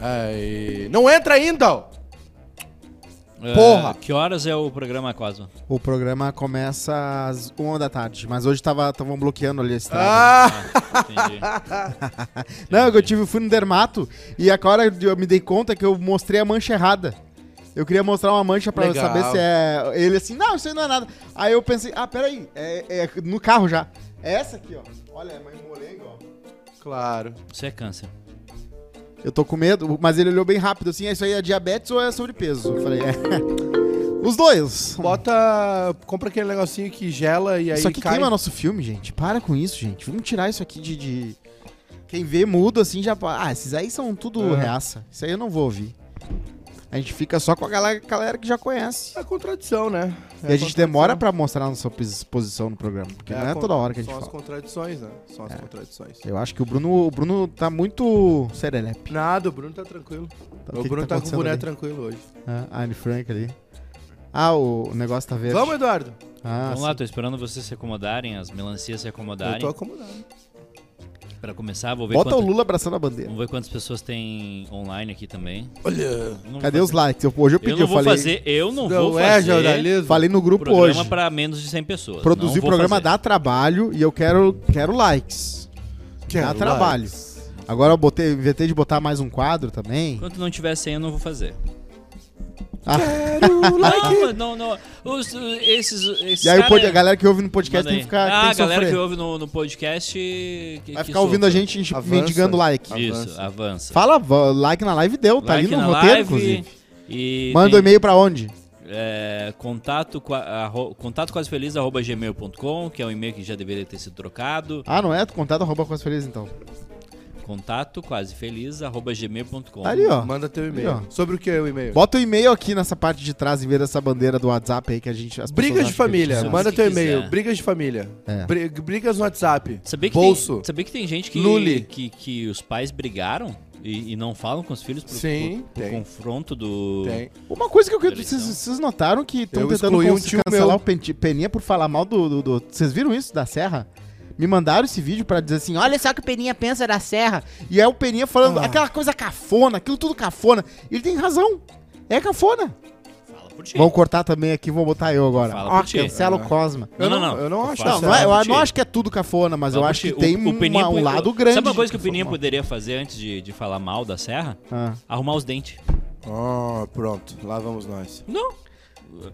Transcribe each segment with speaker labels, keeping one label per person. Speaker 1: Aí. Não entra ainda!
Speaker 2: É,
Speaker 1: Porra!
Speaker 2: que horas é o programa, Cosma?
Speaker 3: O programa começa às 1 da tarde, mas hoje estavam bloqueando ali a estrada.
Speaker 1: Ah!
Speaker 2: Entendi.
Speaker 3: não, é eu tive, fui no dermato e agora eu me dei conta que eu mostrei a mancha errada. Eu queria mostrar uma mancha pra
Speaker 1: Legal.
Speaker 3: saber se é. Ele assim, não, isso aí não é nada. Aí eu pensei, ah, peraí, é, é no carro já. É essa aqui, ó. Olha, é mãe molengo, ó.
Speaker 1: Claro.
Speaker 2: Isso é câncer.
Speaker 3: Eu tô com medo, mas ele olhou bem rápido assim, "Ah, isso aí é diabetes ou é sobrepeso? Eu falei, é. Os dois.
Speaker 1: Bota. Compra aquele negocinho que gela e aí.
Speaker 3: isso aqui
Speaker 1: cai.
Speaker 3: queima nosso filme, gente. Para com isso, gente. Vamos tirar isso aqui de. de- Quem vê mudo assim já. pa- Ah, esses aí são tudo
Speaker 1: É.
Speaker 3: reaça. Isso aí eu não vou ouvir. A gente fica só com a galera, galera que já conhece.
Speaker 1: É né? contradição, né?
Speaker 3: e a gente demora pra mostrar nossa exposição no programa. Porque não é toda hora que a gente
Speaker 1: São
Speaker 3: fala. É.
Speaker 1: as contradições, né? São as contradições.
Speaker 3: Eu acho que o Bruno, o Bruno tá muito serelepe.
Speaker 1: Nada, o Bruno tá tranquilo.
Speaker 3: Tá-
Speaker 1: o
Speaker 3: que que
Speaker 1: Bruno tá, com o
Speaker 3: acontecendo
Speaker 1: boné
Speaker 3: ali?
Speaker 1: tranquilo hoje.
Speaker 3: Ah, a Anne Frank ali. Ah, o, o negócio tá verde.
Speaker 1: Vamos, Eduardo?
Speaker 3: Ah,
Speaker 2: Vamos
Speaker 3: sim.
Speaker 2: lá, tô esperando vocês se acomodarem, as melancias se acomodarem.
Speaker 1: Eu tô acomodado.
Speaker 2: Pra começar, vou ver,
Speaker 3: Bota o
Speaker 2: quanto-
Speaker 3: Lula abraçando a bandeira.
Speaker 2: vamos ver quantas pessoas tem online aqui também.
Speaker 1: Olha.
Speaker 2: Eu não
Speaker 3: Cadê
Speaker 2: vou
Speaker 3: os likes? Eu, hoje eu
Speaker 2: fazer-
Speaker 3: pedi,
Speaker 2: Eu
Speaker 3: eu,
Speaker 2: não vou
Speaker 3: falei,
Speaker 2: fazer, eu não, vou
Speaker 1: Não é
Speaker 2: fazer
Speaker 1: jornalismo.
Speaker 3: falei no grupo
Speaker 2: programa
Speaker 3: hoje.
Speaker 2: pra menos de 100 pessoas.
Speaker 3: Produzir
Speaker 2: Não
Speaker 3: o
Speaker 2: vou
Speaker 3: programa
Speaker 2: fazer.
Speaker 3: dá trabalho e eu quero, quero likes.
Speaker 1: Quero
Speaker 3: dá trabalho. Agora eu botei, inventei de botar mais um quadro também.
Speaker 2: Enquanto não tiver 100, eu não vou fazer.
Speaker 1: Quero like.
Speaker 2: Não, não, não. Os, os- esses, esses
Speaker 3: E aí o
Speaker 2: cara-
Speaker 3: pod- a galera que ouve no podcast
Speaker 2: Manda
Speaker 3: tem
Speaker 2: aí.
Speaker 3: que ficar.
Speaker 2: Ah,
Speaker 3: tem
Speaker 2: a
Speaker 3: que
Speaker 2: galera que
Speaker 3: sofrer.
Speaker 2: ouve no, no podcast. que-
Speaker 3: Vai
Speaker 2: que
Speaker 3: ficar ouvindo a
Speaker 2: sofre.
Speaker 3: gente enchi-
Speaker 1: Avança.
Speaker 3: mendigando like.
Speaker 2: Isso, avança.
Speaker 3: Fala, va- like na live deu, tá
Speaker 2: Like
Speaker 3: ali no
Speaker 2: na
Speaker 3: roteiro,
Speaker 2: live
Speaker 3: inclusive.
Speaker 2: E
Speaker 3: Manda
Speaker 2: tem,
Speaker 3: um e-mail pra onde?
Speaker 2: É, contato, qua- arro, contato quase feliz arroba gmail.com, que é um e-mail que já deveria ter sido trocado.
Speaker 3: Ah, não é? Contato arroba com as felizes, então.
Speaker 2: Contato quase feliz arroba gmail.com.
Speaker 3: Tá ali, ó.
Speaker 1: Manda teu
Speaker 3: Aí,
Speaker 1: e-mail. Sobre o que é o e-mail?
Speaker 3: Bota o e-mail aqui nessa parte de trás em vez dessa bandeira do WhatsApp aí que a gente. as pessoas
Speaker 1: Brigas de
Speaker 3: acham que a gente
Speaker 1: família.
Speaker 3: sabe.
Speaker 1: Manda
Speaker 2: Se
Speaker 1: teu
Speaker 2: quiser.
Speaker 1: e-mail. Brigas de família.
Speaker 3: É.
Speaker 1: Bri- brigas no WhatsApp.
Speaker 2: Sabia que,
Speaker 1: Bolso.
Speaker 2: Tem, sabia que tem gente que,
Speaker 1: Lully.
Speaker 2: que, que os pais brigaram e, e não falam com os filhos por,
Speaker 1: Sim,
Speaker 2: por- por
Speaker 1: tem.
Speaker 2: confronto do.
Speaker 1: Tem.
Speaker 3: Uma coisa que eu queria.
Speaker 2: Eleição.
Speaker 3: Vocês, vocês notaram que estão
Speaker 1: Eu
Speaker 3: tentando
Speaker 1: excluí um
Speaker 3: cons-
Speaker 1: tio
Speaker 3: cancelar
Speaker 1: meu.
Speaker 3: o Penti- Peninha por falar mal do, do- do- Vocês viram isso da Serra? Me mandaram esse vídeo pra dizer assim: olha só o que o Peninha pensa da Serra. E é o Peninha falando aquela coisa cafona, aquilo tudo cafona. Ele tem razão. É cafona.
Speaker 2: Fala por ti.
Speaker 3: Vão cortar também aqui, vão botar eu agora.
Speaker 2: Fala
Speaker 3: Ó,
Speaker 2: por ti.
Speaker 3: cancela o Cosma.
Speaker 2: Não,
Speaker 1: Eu
Speaker 2: não,
Speaker 1: não-
Speaker 2: não.
Speaker 1: eu não acho
Speaker 3: Não,
Speaker 2: Fala-
Speaker 1: Cancela
Speaker 3: não é-
Speaker 2: fala
Speaker 3: eu
Speaker 2: por
Speaker 3: não
Speaker 2: ti.
Speaker 3: acho que é tudo cafona, mas eu
Speaker 2: Fala
Speaker 3: acho
Speaker 2: por
Speaker 3: que
Speaker 2: ti.
Speaker 3: tem
Speaker 2: O- o Peninha-
Speaker 3: uma- um lado grande.
Speaker 2: Sabe uma coisa que o
Speaker 3: de
Speaker 2: Peninha
Speaker 3: cafona.
Speaker 2: poderia fazer antes de, de falar mal da Serra?
Speaker 3: Ah.
Speaker 2: Arrumar os dentes.
Speaker 1: Ah, pronto. Lá vamos nós.
Speaker 2: Não.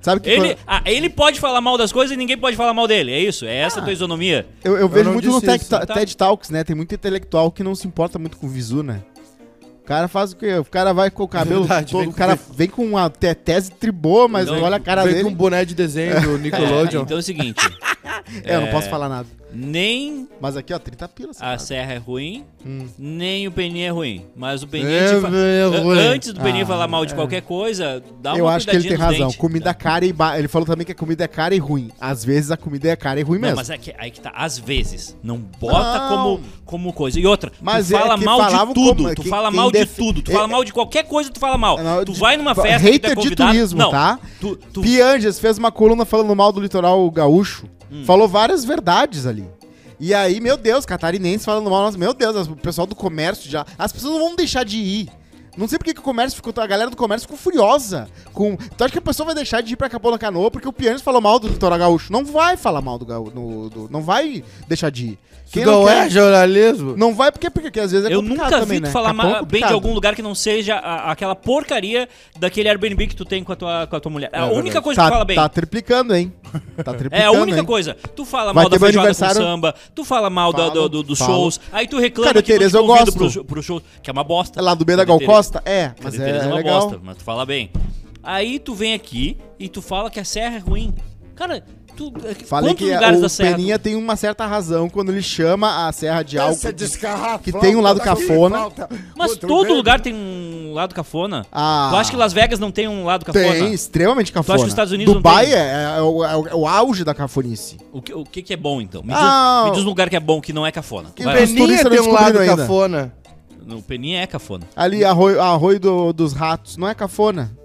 Speaker 3: Sabe que
Speaker 2: Ele, ah, ele pode falar mal das coisas e ninguém pode falar mal dele. É isso? É
Speaker 3: Ah.
Speaker 2: essa a tua isonomia?
Speaker 3: Eu, eu vejo
Speaker 1: não
Speaker 3: muito no
Speaker 1: disse
Speaker 3: tech
Speaker 1: isso,
Speaker 3: ta-
Speaker 2: tá?
Speaker 3: TED Talks, né? Tem muito intelectual que não se importa muito com o visu, né? O cara faz o quê? O cara vai com o cabelo
Speaker 1: Verdade,
Speaker 3: todo.
Speaker 1: vem
Speaker 3: O
Speaker 1: com
Speaker 3: cara vem com uma te- tese triboa, mas
Speaker 2: Não,
Speaker 3: olha a cara
Speaker 1: Vem
Speaker 3: dele.
Speaker 1: com um boné de desenho do Nickelodeon.
Speaker 2: então é o seguinte:
Speaker 3: É, eu não posso falar nada.
Speaker 2: nem
Speaker 3: Mas aqui, ó, 30 pilas.
Speaker 2: a Serra é ruim,
Speaker 3: Hum.
Speaker 2: nem o Peninha é ruim. Mas o Peninha.
Speaker 1: É,
Speaker 2: te fa-
Speaker 1: é
Speaker 2: a-
Speaker 1: ruim.
Speaker 2: Antes do Peninha
Speaker 3: Ah,
Speaker 2: falar mal de qualquer coisa, dá uma
Speaker 3: eu acho que ele tem
Speaker 2: cuidadinha nos
Speaker 3: razão.
Speaker 2: dentes,
Speaker 3: comida é
Speaker 2: tá?
Speaker 3: cara e ba... Ele falou também que a comida é cara e ruim. Às vezes a comida é cara e ruim
Speaker 2: Não,
Speaker 3: mesmo.
Speaker 2: mas é que, aí que tá, às vezes, não bota
Speaker 3: Não.
Speaker 2: Como, como coisa. E outra,
Speaker 3: Mas
Speaker 2: tu
Speaker 3: é
Speaker 2: fala
Speaker 3: que
Speaker 2: mal de
Speaker 3: falavam
Speaker 2: tudo,
Speaker 3: como-
Speaker 2: tu
Speaker 3: quem-
Speaker 2: fala
Speaker 3: quem
Speaker 2: mal de
Speaker 3: def-
Speaker 2: tudo, tu fala
Speaker 3: é-
Speaker 2: mal de qualquer coisa, tu fala mal.
Speaker 3: Não,
Speaker 2: tu
Speaker 3: de-
Speaker 2: vai numa
Speaker 3: fa-
Speaker 2: festa que tu é
Speaker 3: hater de
Speaker 2: convidado,
Speaker 3: turismo,
Speaker 2: não,
Speaker 3: tá?
Speaker 2: Tu, tu
Speaker 3: Pianges fez uma coluna falando mal do litoral gaúcho.
Speaker 2: Hum.
Speaker 3: Falou várias verdades ali. E aí, meu Deus, catarinenses falando mal. Nossa, meu Deus, as- o pessoal do comércio já. As pessoas não vão deixar de ir. Não sei porque que o comércio ficou. A galera do comércio ficou furiosa. Com... Tu acha que a pessoa vai deixar de ir pra Capão da Canoa porque o Pianges falou mal do litoral gaúcho? Não vai falar mal do gaúcho. não vai deixar de ir.
Speaker 1: Isso não
Speaker 3: quer-
Speaker 1: é jornalismo?
Speaker 3: Não vai porque, porque às vezes é
Speaker 2: eu
Speaker 3: complicado
Speaker 2: nunca vi
Speaker 3: também,
Speaker 2: tu
Speaker 3: né?
Speaker 2: falar
Speaker 3: Capão
Speaker 2: ma-
Speaker 3: é
Speaker 2: bem de
Speaker 3: complicado.
Speaker 2: algum lugar que não seja a- aquela porcaria daquele Airbnb que tu tem com a tua, com a tua mulher. É a única
Speaker 1: verdade.
Speaker 2: coisa que
Speaker 3: Tá,
Speaker 2: tu fala bem.
Speaker 3: tá triplicando, hein? Tá triplicando.
Speaker 2: É a única
Speaker 3: hein?
Speaker 2: coisa. Tu fala
Speaker 3: Vai
Speaker 2: mal da
Speaker 3: ter meu
Speaker 2: feijoada com
Speaker 3: aniversário.
Speaker 2: samba, tu fala mal da- do- do- dos
Speaker 3: Falo,
Speaker 2: shows, aí tu reclama
Speaker 3: Cara,
Speaker 2: que não
Speaker 3: Tereza,
Speaker 2: te
Speaker 3: eu
Speaker 2: convido
Speaker 3: gosto.
Speaker 2: pro, jo- pro show, que é uma bosta.
Speaker 3: É lá do B da
Speaker 2: Cadê
Speaker 3: Gal
Speaker 2: Tereza?
Speaker 3: Costa? É,
Speaker 2: Cadê
Speaker 3: mas é,
Speaker 2: Tereza
Speaker 3: é
Speaker 2: uma
Speaker 3: legal.
Speaker 2: bosta, mas tu fala bem. Aí tu vem aqui e tu fala que a serra é ruim. Cara, tu é
Speaker 3: Falei
Speaker 2: quantos
Speaker 3: que é
Speaker 2: lugares
Speaker 3: o
Speaker 2: da serra? tu-
Speaker 3: Peninha tem uma certa razão quando ele chama a Serra
Speaker 1: É
Speaker 3: de algo
Speaker 4: Essa descarrafada
Speaker 3: que tem um lado
Speaker 4: daqui
Speaker 3: cafona.
Speaker 4: falta
Speaker 2: Mas
Speaker 4: outro
Speaker 2: todo
Speaker 4: dedo.
Speaker 2: lugar tem um lado cafona.
Speaker 3: Ah.
Speaker 2: Tu acha que Las Vegas não tem um lado cafona?
Speaker 3: tem, extremamente cafona.
Speaker 2: acha que os Estados Unidos não
Speaker 3: Dubai
Speaker 2: tem?
Speaker 3: É, é o, é o- é o auge da cafonice.
Speaker 2: O que, o que que é bom, então? Me diz,
Speaker 3: Ah,
Speaker 2: me diz um lugar que é bom, que não é cafona.
Speaker 1: Que
Speaker 2: Vai
Speaker 3: bem-
Speaker 1: Peninha
Speaker 3: turistas
Speaker 1: tem
Speaker 3: não
Speaker 1: um lado
Speaker 3: descobriram ainda.
Speaker 1: cafona.
Speaker 2: lá. O Peninha é cafona.
Speaker 3: Ali, arroio, arroio do- dos ratos, não é cafona.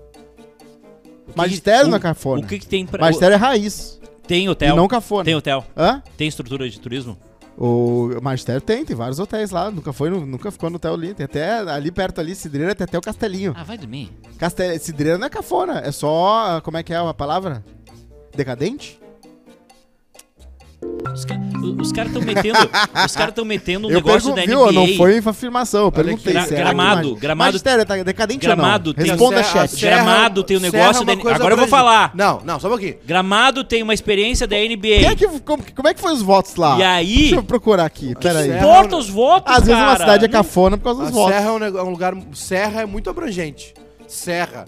Speaker 2: O que-
Speaker 3: Magistério
Speaker 2: o-
Speaker 3: não é cafona.
Speaker 2: O que, que tem pra...
Speaker 3: Magistério é raiz.
Speaker 2: Tem hotel.
Speaker 3: E não cafona.
Speaker 2: Tem hotel.
Speaker 3: Hã?
Speaker 2: Tem estrutura de turismo?
Speaker 3: O magistério tem, tem vários hotéis lá. Nunca foi, nu- nunca ficou no hotel ali. Tem até ali perto ali, Cidreira, tem até o Castelinho.
Speaker 2: Ah, vai dormir.
Speaker 3: Castel... Cidreira não é cafona, é só. ah, Como é que é a palavra? Decadente?
Speaker 2: Os, ca- o- os caras estão metendo. os caras estão metendo um negócio
Speaker 3: pergun-
Speaker 2: da
Speaker 3: viu?
Speaker 2: NBA.
Speaker 3: Não foi afirmação, eu
Speaker 1: Olha
Speaker 3: perguntei.
Speaker 2: aqui.
Speaker 3: será que
Speaker 2: Gramado,
Speaker 3: magi-
Speaker 2: Gramado-
Speaker 3: Magistério, tá decadente
Speaker 2: Gramado
Speaker 3: ou não?
Speaker 2: tem- um assim.
Speaker 3: Responda,
Speaker 1: a
Speaker 3: chefe.
Speaker 1: Serra- é
Speaker 2: Gramado tem o
Speaker 1: Serra
Speaker 2: negócio
Speaker 1: é
Speaker 2: da-
Speaker 1: uma coisa
Speaker 2: Agora eu vou
Speaker 1: grande.
Speaker 2: falar.
Speaker 1: Não, não, só um pouquinho.
Speaker 2: Gramado tem uma experiência da
Speaker 3: Quem é
Speaker 2: NBA.
Speaker 3: que- como, como é que foi os votos lá?
Speaker 2: E aí-
Speaker 3: Deixa eu procurar aqui, peraí.
Speaker 1: Serra-
Speaker 2: Importa os votos,
Speaker 3: Às vezes uma
Speaker 2: cara.
Speaker 3: cidade é
Speaker 2: Não-
Speaker 3: cafona por causa
Speaker 1: A
Speaker 3: dos votos.
Speaker 1: Serra é um, nego- é um lugar. Serra é muito abrangente. Serra.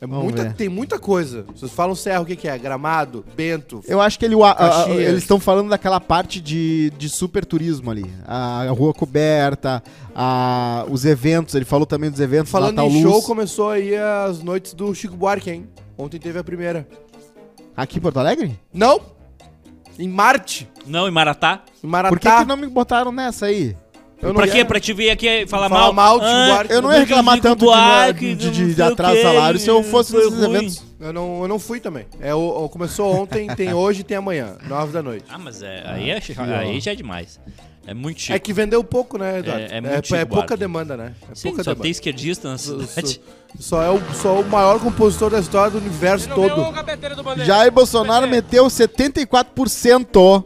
Speaker 1: É
Speaker 3: Vamos
Speaker 1: muita-
Speaker 3: ver.
Speaker 1: tem muita coisa. Vocês falam Serra, o que, que é? Gramado, Bento.
Speaker 3: Eu acho que ele- a- a-
Speaker 1: Caxias.
Speaker 3: eles estão falando daquela parte de, de super turismo ali. A, rua coberta, a- os eventos, ele falou também dos eventos.
Speaker 1: Falando
Speaker 3: Natal
Speaker 1: em
Speaker 3: Luz.
Speaker 1: show, começou aí as noites do Chico Buarque, hein? Ontem teve a primeira.
Speaker 3: Aqui em Porto Alegre?
Speaker 1: Não! Em Marte,
Speaker 2: Não, em Maratá.
Speaker 1: em Maratá.
Speaker 3: Por que, que não me botaram nessa aí?
Speaker 1: Eu não
Speaker 2: pra
Speaker 1: ia-
Speaker 2: quê? Pra te vir aqui e falar,
Speaker 1: Falar
Speaker 2: mal? Ah,
Speaker 1: mal de Buarque.
Speaker 3: Eu não ia
Speaker 2: do
Speaker 3: reclamar
Speaker 2: Chico
Speaker 3: tanto de-
Speaker 2: Buarque,
Speaker 3: de,
Speaker 2: do
Speaker 3: de-
Speaker 2: não
Speaker 3: de
Speaker 2: sei o
Speaker 3: atraso
Speaker 2: quê, né?
Speaker 3: de salário se eu fosse
Speaker 2: foi
Speaker 3: nesses
Speaker 2: ruim.
Speaker 3: eventos.
Speaker 1: Eu não, eu não fui também. É, o, o- começou ontem, tem hoje tem amanhã, nove da noite.
Speaker 2: Ah, mas é, aí, é, aí já é demais. É muito chique.
Speaker 1: É que vendeu pouco, né, Eduardo?
Speaker 2: É- é muito Chico
Speaker 1: pouca
Speaker 2: Buarque.
Speaker 1: demanda, né? É
Speaker 2: Sim,
Speaker 1: pouca
Speaker 2: só
Speaker 1: demanda.
Speaker 2: tem né? esquerdista na cidade.
Speaker 1: Só é o, só o maior compositor da história do universo todo.
Speaker 3: Jair Bolsonaro meteu 74%.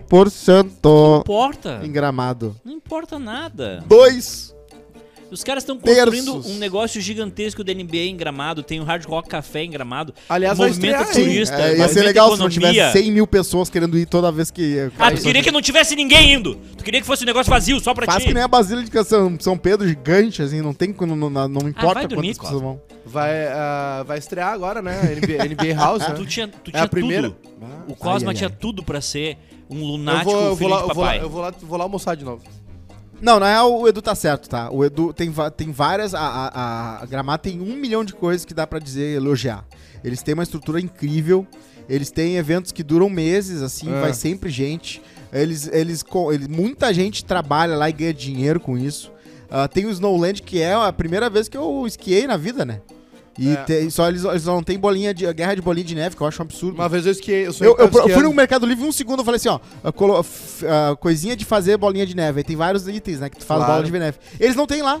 Speaker 3: 74%
Speaker 2: Importa.
Speaker 3: em gramado.
Speaker 2: Não importa nada.
Speaker 3: Dois.
Speaker 2: Os caras estão
Speaker 3: Terços.
Speaker 2: construindo um negócio gigantesco da NBA em Gramado, tem o Hard Rock Café em Gramado.
Speaker 1: Aliás, vai
Speaker 2: movimenta
Speaker 1: estrear, hein?
Speaker 2: turista,
Speaker 3: É, ia
Speaker 2: movimenta
Speaker 3: ser legal se não
Speaker 2: economia.
Speaker 3: tivesse 100 mil pessoas querendo ir toda vez que.
Speaker 2: Ah, tu
Speaker 1: é
Speaker 2: queria que não tivesse ninguém indo. Tu queria que fosse um negócio vazio só pra
Speaker 3: Faz
Speaker 2: ti.
Speaker 3: que nem a Basílica de São, São Pedro gigante, assim, não tem quando- não, não, não importa
Speaker 2: Ah, vai dormir,
Speaker 3: quantas pessoas vão.
Speaker 1: Vai, ah, vai estrear agora, né? A NBA, NBA House, né?
Speaker 2: Tu tinha, tu
Speaker 1: É
Speaker 2: tinha
Speaker 1: a primeira.
Speaker 2: tudo. O Cosma
Speaker 3: ai, ai.
Speaker 2: tinha tudo pra ser um
Speaker 1: Eu
Speaker 2: lunático
Speaker 1: vou, eu vou
Speaker 2: filho
Speaker 1: lá,
Speaker 2: de
Speaker 1: eu vou lá,
Speaker 2: papai.
Speaker 1: eu vou lá, vou lá almoçar de novo.
Speaker 3: Não, na real, o Edu tá certo, tá? O Edu tem, va- tem várias. A, a, a Gramado tem um milhão de coisas que dá pra dizer elogiar. Eles têm uma estrutura incrível, eles têm eventos que duram meses, assim,
Speaker 1: É.
Speaker 3: vai sempre gente. Eles, eles, co- eles- Muita gente trabalha lá e ganha dinheiro com isso. Ah, tem o Snowland, que é a primeira vez que eu esquiei na vida, né? E
Speaker 1: É.
Speaker 3: tem- só eles, eles não têm bolinha de guerra de bolinha de neve, que eu acho um absurdo.
Speaker 1: Uma vez eu esquei, eu sou
Speaker 3: Eu, eu pro- fui no Mercado Livre um segundo eu falei assim, ó, eu colo- f- ah, coisinha de fazer bolinha de neve. Aí tem vários itens, né, que tu faz
Speaker 1: Claro.
Speaker 3: bola de neve. Eles não tem lá.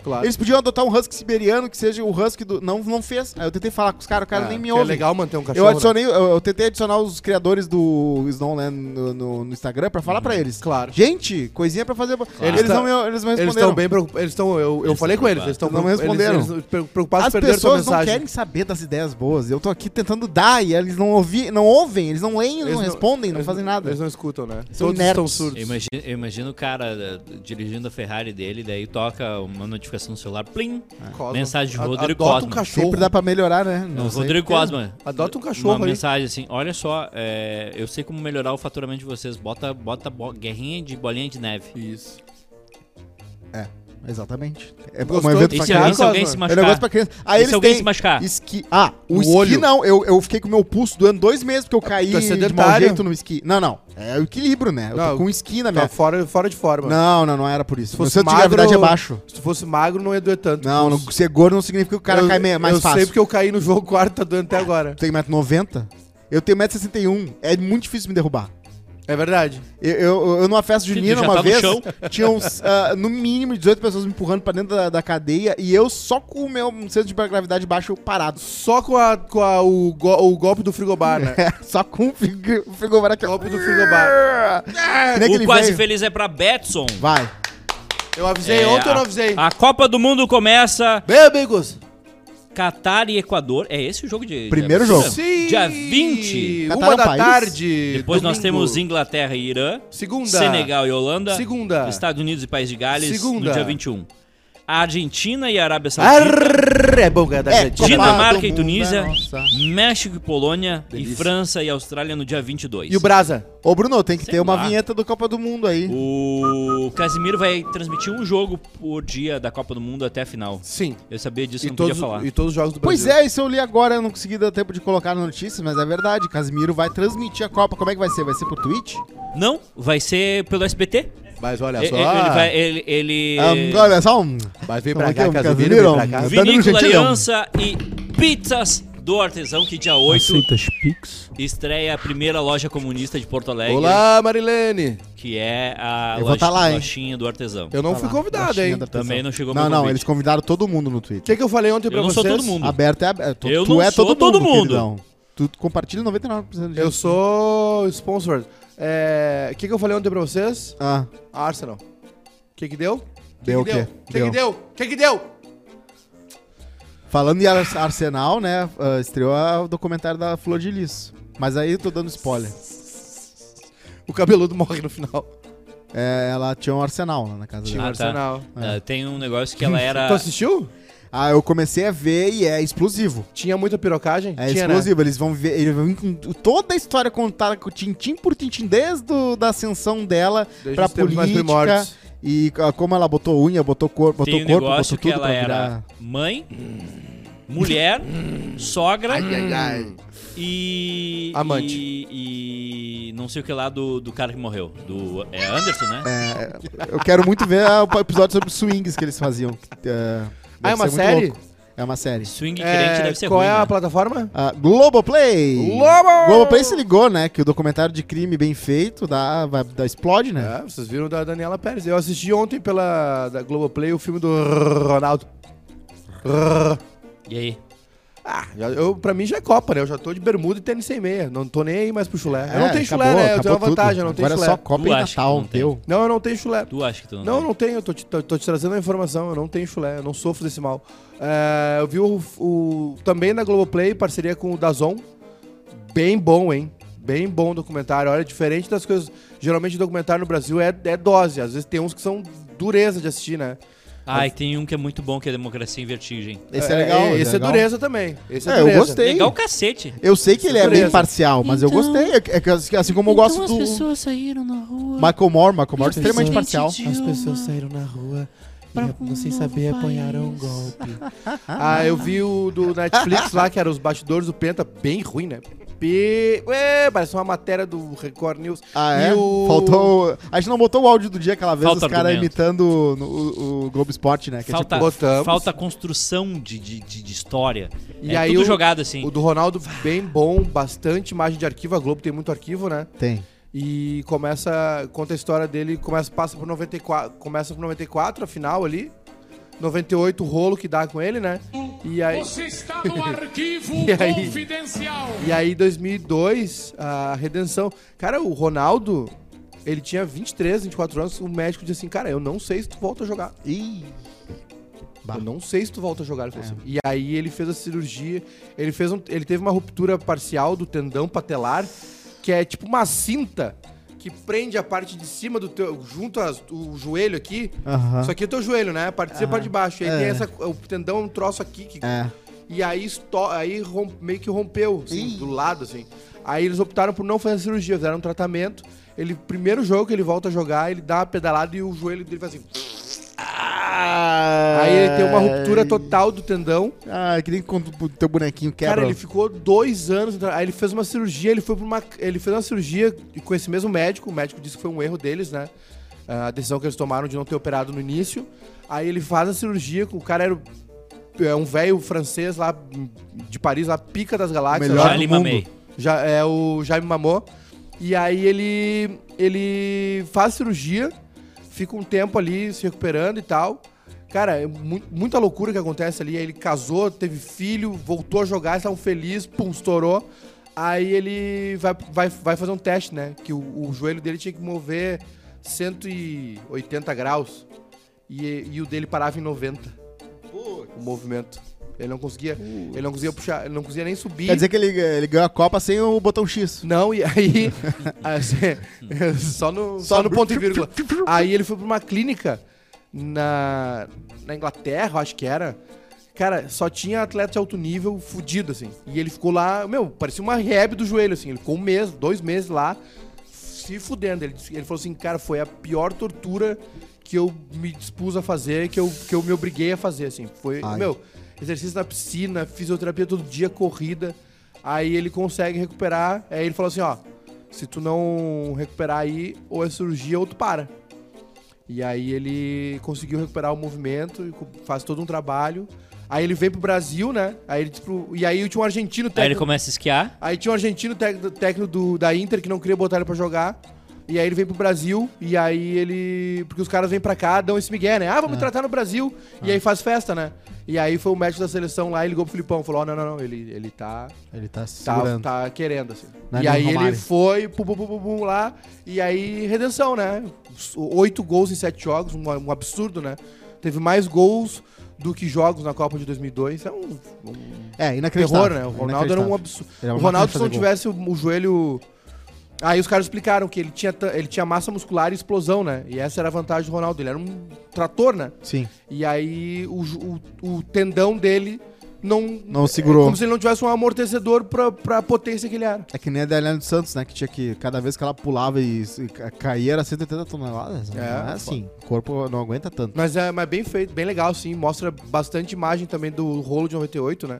Speaker 1: claro.
Speaker 3: Eles podiam adotar um husky siberiano, que seja o husky do... Não, não fez. Aí eu tentei falar com os caras, o cara
Speaker 1: É,
Speaker 3: nem me
Speaker 1: que
Speaker 3: ouve.
Speaker 1: É legal manter um cachorro.
Speaker 3: eu adicionei, eu, eu tentei adicionar os criadores do Snowland no, no- no Instagram pra falar pra eles.
Speaker 1: né? Claro.
Speaker 3: Gente, coisinha pra fazer... bo- Eles,
Speaker 1: Eles tá-
Speaker 3: não me, eles não
Speaker 1: Eles
Speaker 3: responderam.
Speaker 1: estão bem preocupados. Eles estão. Eu, eu
Speaker 2: Eles
Speaker 1: falei
Speaker 2: tão
Speaker 1: com eles. Eles estão
Speaker 3: Não responderam.
Speaker 1: Eles, eles preocupados
Speaker 3: As
Speaker 1: perderam tua
Speaker 3: pessoas não
Speaker 1: mensagem.
Speaker 3: querem saber das ideias boas. Eu tô aqui tentando dar e eles não, ouvi, não ouvem, eles não leem, não, respondem, não
Speaker 1: eles
Speaker 3: fazem nada.
Speaker 1: Eles não escutam, né?
Speaker 3: São
Speaker 1: Todos
Speaker 3: nerds.
Speaker 1: estão surdos.
Speaker 2: Eu imagino, eu imagino o cara eh, dirigindo a Ferrari dele, daí toca uma notificação no celular, plim,
Speaker 1: Cosma.
Speaker 2: mensagem de
Speaker 1: A-
Speaker 2: Rodrigo
Speaker 1: Adota um
Speaker 2: Cosma.
Speaker 1: cachorro.
Speaker 3: Sempre dá pra melhorar, né? Não sei
Speaker 2: Rodrigo
Speaker 3: por quê.
Speaker 2: Cosma.
Speaker 1: Adota um
Speaker 2: Uma
Speaker 1: cachorro aí.
Speaker 2: mensagem assim, olha só, eh, eu sei como melhorar o faturamento de vocês, bota, bota bo- guerrinha de bolinha de neve.
Speaker 1: Isso.
Speaker 3: Exatamente. É
Speaker 1: Gostou?
Speaker 3: um evento
Speaker 1: Esse
Speaker 2: E
Speaker 3: pra
Speaker 2: se,
Speaker 1: cá,
Speaker 2: e
Speaker 3: criança.
Speaker 2: se alguém
Speaker 1: Cosma.
Speaker 2: se
Speaker 3: É um
Speaker 2: machucar?
Speaker 3: negócio pra criança. Aí
Speaker 2: E
Speaker 3: eles
Speaker 2: se alguém
Speaker 3: têm
Speaker 2: se machucar?
Speaker 3: Esqui. Ah, o
Speaker 1: O
Speaker 3: esqui
Speaker 1: olho.
Speaker 3: não. Eu, eu fiquei com o meu pulso doendo dois meses porque eu caí
Speaker 1: tá
Speaker 3: de mau
Speaker 1: sedentário.
Speaker 3: jeito no esqui. Não, não. É o equilíbrio, né? Eu tô
Speaker 1: Não,
Speaker 3: com esqui na minha.
Speaker 1: Tá fora, fora de forma.
Speaker 3: Não, não, não era por isso.
Speaker 1: Se
Speaker 3: Meu
Speaker 1: fosse
Speaker 3: centro de
Speaker 1: magro-
Speaker 3: gravidade é baixo.
Speaker 1: Se tu fosse magro, não ia doer tanto.
Speaker 3: Não, não,
Speaker 1: Putz.
Speaker 3: ser gordo não significa que o cara
Speaker 1: eu,
Speaker 3: cai me- mais
Speaker 1: eu
Speaker 3: fácil.
Speaker 1: sei porque eu caí no jogo quarto, tá doendo até agora.
Speaker 3: Eu tenho 1,90m. Eu tenho 1,61m. É muito difícil me derrubar.
Speaker 1: É verdade.
Speaker 3: Eu, eu, eu numa festa
Speaker 2: Sim, tu
Speaker 3: junina
Speaker 2: já
Speaker 3: uma
Speaker 2: tá no
Speaker 3: vez,
Speaker 2: chão.
Speaker 3: tinha uns, ah, no mínimo 18 pessoas me empurrando pra dentro da, da cadeia e eu só com o meu um centro de gravidade baixo parado.
Speaker 1: Só com, a, com a- o, go- o golpe do frigobar, né?
Speaker 3: só com o frigo- o frigobar aqui.
Speaker 1: O golpe do frigobar.
Speaker 3: Que nem
Speaker 2: O
Speaker 3: aquele
Speaker 2: Quase
Speaker 3: velho.
Speaker 2: Feliz é pra Betson.
Speaker 3: Vai.
Speaker 1: Eu avisei
Speaker 2: É,
Speaker 1: ontem ou
Speaker 2: a-
Speaker 1: não avisei?
Speaker 2: A Copa do Mundo começa
Speaker 1: Bem, amigos.
Speaker 2: Catar e Equador. É esse o jogo de.
Speaker 3: Primeiro
Speaker 2: de
Speaker 3: jogo.
Speaker 2: Dia 20.
Speaker 1: Uma
Speaker 3: Catar é um
Speaker 1: da
Speaker 3: país?
Speaker 1: tarde.
Speaker 2: Depois nós
Speaker 1: domingo.
Speaker 2: temos Inglaterra e Irã.
Speaker 1: Segunda.
Speaker 2: Senegal e Holanda.
Speaker 1: Segunda.
Speaker 2: Estados Unidos e País de Gales. No
Speaker 1: Segunda.
Speaker 2: dia 21. A Argentina e a Arábia Saudita.
Speaker 1: Arr, é bom ganhar da
Speaker 3: É,
Speaker 1: Argentina.
Speaker 3: Copa
Speaker 2: Dinamarca
Speaker 3: do
Speaker 2: e
Speaker 3: Mundo,
Speaker 2: Tunísia.
Speaker 3: nossa.
Speaker 2: México e Polônia. E
Speaker 1: né? Delícia.
Speaker 2: França e Austrália no dia 22.
Speaker 1: E o Brasa?
Speaker 3: Ô, Bruno, tem que
Speaker 2: Sei
Speaker 3: ter uma
Speaker 2: lá.
Speaker 3: vinheta do Copa do Mundo aí.
Speaker 2: O Casimiro vai transmitir um jogo por dia da Copa do Mundo até a final.
Speaker 1: Sim.
Speaker 2: Eu sabia disso,
Speaker 1: E
Speaker 2: não
Speaker 1: todos,
Speaker 2: podia falar.
Speaker 1: e todos os jogos do
Speaker 3: Pois
Speaker 1: Brasil.
Speaker 3: é, isso eu li agora, eu não consegui dar tempo de colocar na notícia, mas é verdade. Casimiro vai transmitir a Copa. Como é que vai ser? Vai ser por Twitch?
Speaker 2: Não, vai ser pelo SBT.
Speaker 3: é.
Speaker 1: Mas olha
Speaker 2: E- e-
Speaker 1: É só.
Speaker 2: É,
Speaker 1: ah, É
Speaker 2: Ele vai. Ele. ele...
Speaker 3: Um, olha só um.
Speaker 1: Mas vem
Speaker 3: Como
Speaker 1: pra
Speaker 3: é que é?
Speaker 1: cá,
Speaker 3: Um
Speaker 1: Casemiro, vem pra cá.
Speaker 3: Casemiro? Danilo
Speaker 2: Vinícola
Speaker 3: Gentilão.
Speaker 2: Aliança e Pizzas do Artesão, que dia 8
Speaker 4: Aceitas Pix?
Speaker 2: estreia a primeira loja comunista de Porto Alegre,
Speaker 1: Olá, Marilene.
Speaker 2: que é a
Speaker 3: Eu vou tá lá, hein?
Speaker 2: lojinha do Artesão.
Speaker 1: Eu não fui convidado, hein? O
Speaker 2: Também não tá chegou
Speaker 3: Não,
Speaker 2: meu
Speaker 3: não,
Speaker 2: convite.
Speaker 3: eles convidaram todo mundo no Twitter.
Speaker 1: que, que eu falei ontem
Speaker 2: Eu
Speaker 1: pra
Speaker 2: não
Speaker 1: vocês?
Speaker 2: sou todo mundo.
Speaker 3: Aberto é aberto. Tu,
Speaker 2: Eu
Speaker 3: tu
Speaker 2: não
Speaker 3: é
Speaker 2: sou
Speaker 3: todo,
Speaker 2: todo
Speaker 3: mundo,
Speaker 2: mundo.
Speaker 3: queridão. Tu compartilha 99% de
Speaker 1: Eu
Speaker 3: gente.
Speaker 1: sou sponsor. É, O que, que eu falei ontem pra vocês?
Speaker 3: Ah,
Speaker 1: Arsenal. O que que deu?
Speaker 3: Deu o
Speaker 1: o
Speaker 3: quê?
Speaker 1: que? que que deu? O que que deu?
Speaker 3: falando em Ar- Arsenal, né? ah, estreou a- o documentário da Flor de Lis. Mas aí eu tô dando spoiler.
Speaker 1: O cabeludo morre no final.
Speaker 3: É, ela tinha um arsenal lá na casa
Speaker 1: Tinha um
Speaker 3: dela.
Speaker 2: Ah, tá.
Speaker 1: Arsenal.
Speaker 2: Ah, tem um negócio que ela era...
Speaker 1: Tu assistiu?
Speaker 3: Ah, eu comecei a ver e é explosivo.
Speaker 1: Tinha muita pirocagem?
Speaker 3: É
Speaker 1: Tinha, né?
Speaker 3: explosivo. Eles vão ver. Eles vão vir com toda a história contada com tintim por tintim, desde o- da ascensão dela
Speaker 1: Desde
Speaker 3: pra
Speaker 1: os tempos mais
Speaker 3: política.
Speaker 1: primórdios.
Speaker 3: E ah, como ela botou unha, botou corpo, botou
Speaker 2: tem um
Speaker 3: corpo, botou
Speaker 2: negócio
Speaker 3: tudo
Speaker 2: que ela
Speaker 3: pra
Speaker 2: era
Speaker 3: virar.
Speaker 2: mãe, mulher, sogra e...
Speaker 1: Amante.
Speaker 2: E, e não sei o que lá do, do cara que morreu. Do, é Anderson, né?
Speaker 3: Eu quero muito ver ah, o episódio sobre swings que eles faziam. que, ah,
Speaker 1: Ah, é
Speaker 3: deve
Speaker 1: uma
Speaker 3: ser muito
Speaker 1: série?
Speaker 3: louco. É uma série.
Speaker 2: Swing
Speaker 1: É,
Speaker 2: crente deve ser
Speaker 1: qual
Speaker 2: ruim,
Speaker 1: é a
Speaker 2: né?
Speaker 1: plataforma?
Speaker 3: Ah, Globoplay!
Speaker 1: Globo!
Speaker 3: Globoplay se ligou, né? Que o documentário de crime bem feito dá, vai, dá explode, né?
Speaker 1: É, vocês viram da Daniela Pérez. Eu assisti ontem pela da Globoplay o filme do Ronaldo.
Speaker 2: E aí?
Speaker 1: Ah, já- eu, pra mim já é Copa, né? Eu já tô de bermuda e tênis sem meia. Não tô nem aí mais pro chulé. Eu não
Speaker 3: É,
Speaker 1: tenho chulé,
Speaker 3: acabou,
Speaker 1: né? Eu tenho
Speaker 3: acabou
Speaker 1: uma vantagem, eu não tenho
Speaker 3: Agora
Speaker 1: chulé.
Speaker 3: é só Copa
Speaker 2: Tu
Speaker 3: e
Speaker 2: acha que
Speaker 3: Natal,
Speaker 2: não tem?
Speaker 3: deu.
Speaker 1: Não, eu não tenho chulé.
Speaker 2: Tu acha que tu não
Speaker 1: Não, eu
Speaker 2: tem?
Speaker 1: não tenho. Eu tô te, tô- tô te trazendo a informação. Eu não tenho chulé. Eu não sofro desse mal. É, eu vi o, o- também na Globoplay, parceria com o Dazon. Bem bom, hein? Bem bom documentário. Olha, diferente das coisas... Geralmente documentário no Brasil é, é dose. Às vezes tem uns que são dureza de assistir, né?
Speaker 2: Ai, tem um que é muito bom, que é Democracia em Vertigem.
Speaker 3: Esse é, legal.
Speaker 1: Esse é,
Speaker 3: legal.
Speaker 1: dureza também. Esse é,
Speaker 3: É, eu
Speaker 1: dureza.
Speaker 3: gostei.
Speaker 2: Legal o cacete.
Speaker 3: Eu sei que ele é bem
Speaker 1: Surpresa.
Speaker 3: parcial, mas eu
Speaker 5: Então-
Speaker 3: gostei. É que- É que assim assim como eu
Speaker 6: Então
Speaker 3: gosto do
Speaker 5: saíram na rua.
Speaker 3: Michael Moore, Michael Moore é extremamente
Speaker 5: Presidente
Speaker 3: parcial.
Speaker 5: Dilma.
Speaker 6: As pessoas saíram na rua
Speaker 5: Pra
Speaker 6: e,
Speaker 5: um
Speaker 6: não sem
Speaker 5: novo
Speaker 6: saber, apanharam um
Speaker 5: país.
Speaker 6: golpe.
Speaker 1: Ah, eu vi o do Netflix lá, que era os bastidores do Penta, bem ruim, né? P... Ué, parece uma matéria do Record News.
Speaker 3: Ah,
Speaker 1: E
Speaker 3: é?
Speaker 1: o-
Speaker 3: Faltou. A gente não botou o áudio do dia aquela vez,
Speaker 2: Falta
Speaker 3: os caras
Speaker 2: argumento.
Speaker 3: imitando no- o, o Globo Esporte, né? Que é
Speaker 2: Falta,
Speaker 1: tipo, botamos.
Speaker 2: falta construção de, de, de, de história.
Speaker 1: E
Speaker 2: é
Speaker 1: aí
Speaker 2: tudo
Speaker 1: o-
Speaker 2: jogado assim.
Speaker 1: O do Ronaldo, bem bom, bastante imagem de arquivo. A Globo tem muito arquivo, né?
Speaker 3: tipo- Tem.
Speaker 1: E começa, conta a história dele, começa, passa por 94, começa por 94, a final ali. 98, o rolo que dá com ele, né? E aí,
Speaker 7: Você está no arquivo
Speaker 1: E aí?
Speaker 7: confidencial.
Speaker 1: e aí 2002, a redenção. Cara, o Ronaldo, ele tinha 23, 24 anos. O médico disse assim, cara, eu não sei se tu volta a jogar.
Speaker 3: Ih. Bah. É.
Speaker 1: Eu não sei se tu volta a jogar. Ele falou assim. E aí ele fez a cirurgia. Ele, fez um- ele teve uma ruptura parcial do tendão patelar, que é tipo uma cinta que prende a parte de cima do teu. junto às- o joelho aqui.
Speaker 3: Aham.
Speaker 1: Isso aqui é teu joelho, né? A parte de cima e a parte de baixo. E aí
Speaker 3: É.
Speaker 1: tem essa, o tendão é um troço aqui. Que,
Speaker 3: É.
Speaker 1: E aí, esto- aí rom- meio que rompeu, assim,
Speaker 3: Ih.
Speaker 1: do lado, assim. Aí eles optaram por não fazer a cirurgia, fizeram um tratamento. Ele, primeiro jogo que ele volta a jogar, ele dá uma pedalada e o joelho dele faz assim. Aí ele tem uma ruptura total do tendão.
Speaker 3: Ah, que nem quando o teu bonequinho quebra.
Speaker 1: Cara, ele ficou dois anos. entra- Aí ele fez uma cirurgia, ele foi pra uma. Ele fez uma cirurgia com esse mesmo médico. O médico disse que foi um erro deles, né? Ah, A decisão que eles tomaram de não ter operado no início. Aí ele faz a cirurgia, o cara era. o- É um velho francês lá de Paris, lá, pica das galáxias. Né?
Speaker 3: melhor
Speaker 1: lá.
Speaker 2: Já
Speaker 3: do
Speaker 2: lhe
Speaker 3: mundo.
Speaker 2: mamei.
Speaker 1: Já, é o Jaime Mamô. E aí ele, ele faz cirurgia, fica um tempo ali se recuperando e tal. Cara, é mu- muita loucura que acontece ali. Aí ele casou, teve filho, voltou a jogar, estavam felizes, pum, estourou. Aí ele vai, vai, vai fazer um teste, né? Que o, o joelho dele tinha que mover 180 graus. E, e o dele parava em 90. O movimento. Ele não conseguia. Ele não conseguia puxar. Ele não conseguia nem subir.
Speaker 3: Quer dizer que ele, ele ganhou a Copa sem o botão X.
Speaker 1: Não, e aí. assim, só, no, só, no ponto e vírgula. Aí ele foi pra uma clínica na, na Inglaterra, eu acho que era. Cara, só tinha atleta de alto nível fudido, assim. E ele ficou lá, meu, parecia uma rehab do joelho, assim. Ele ficou um mês, dois meses lá, se fudendo. Ele, disse- ele falou assim, cara, foi a pior tortura que eu me dispus a fazer, que eu, que eu me obriguei a fazer, assim. Foi,
Speaker 3: Ai.
Speaker 1: meu, exercício na piscina, fisioterapia todo dia, corrida. Aí ele consegue recuperar. Aí ele falou assim, ó, se tu não recuperar aí, ou é cirurgia ou tu para. E aí ele conseguiu recuperar o movimento e co- faz todo um trabalho. Aí ele vem pro Brasil, né? Aí ele diz pro- E aí tinha um argentino
Speaker 2: Aí ele
Speaker 1: técnico.
Speaker 2: começa a esquiar.
Speaker 1: Aí tinha um argentino tec- técnico do, da Inter que não queria botar ele pra jogar. E aí ele veio pro Brasil, e aí ele. Porque os caras vêm pra cá, dão esse migué, né? Ah,
Speaker 2: É.
Speaker 1: vamos me tratar no Brasil. E aí faz festa, né? E aí foi o médico da seleção lá e ligou pro Filipão. Falou: Ó, não, não, não, ele, ele tá.
Speaker 3: Ele tá se
Speaker 1: Tá,
Speaker 3: segurando.
Speaker 1: tá querendo, assim.
Speaker 3: Não é
Speaker 1: e
Speaker 3: nem
Speaker 1: aí ele
Speaker 3: Romário.
Speaker 1: foi, pum, pum, pum, pum, pum, lá. E aí, redenção, né? Os- Oito gols em sete jogos, um, um absurdo, né? Teve mais gols do que jogos na Copa de 2002. É um, um
Speaker 3: É, inacreditável.
Speaker 1: terror, né? O Ronaldo era um absurdo.
Speaker 3: Ele é
Speaker 1: O
Speaker 3: uma
Speaker 1: Ronaldo,
Speaker 3: máquina de
Speaker 1: se não
Speaker 3: fazer gol.
Speaker 1: tivesse o, o joelho. Aí os caras explicaram que ele tinha, ta- ele tinha massa muscular e explosão, né? E essa era a vantagem do Ronaldo. Ele era um trator, né?
Speaker 3: Sim.
Speaker 1: E aí o, ju- o- o tendão dele não.
Speaker 3: Não segurou.
Speaker 1: é como se ele não tivesse um amortecedor pra, pra potência que ele era.
Speaker 3: É que nem a da Eliane dos Santos, né? Que tinha que. Cada vez que ela pulava e, e ca- caía era 180 toneladas. né?
Speaker 1: É,
Speaker 3: Não é assim. O corpo não aguenta tanto.
Speaker 1: Mas é mas bem feito, bem legal, sim. Mostra bastante imagem também do rolo de 98, né?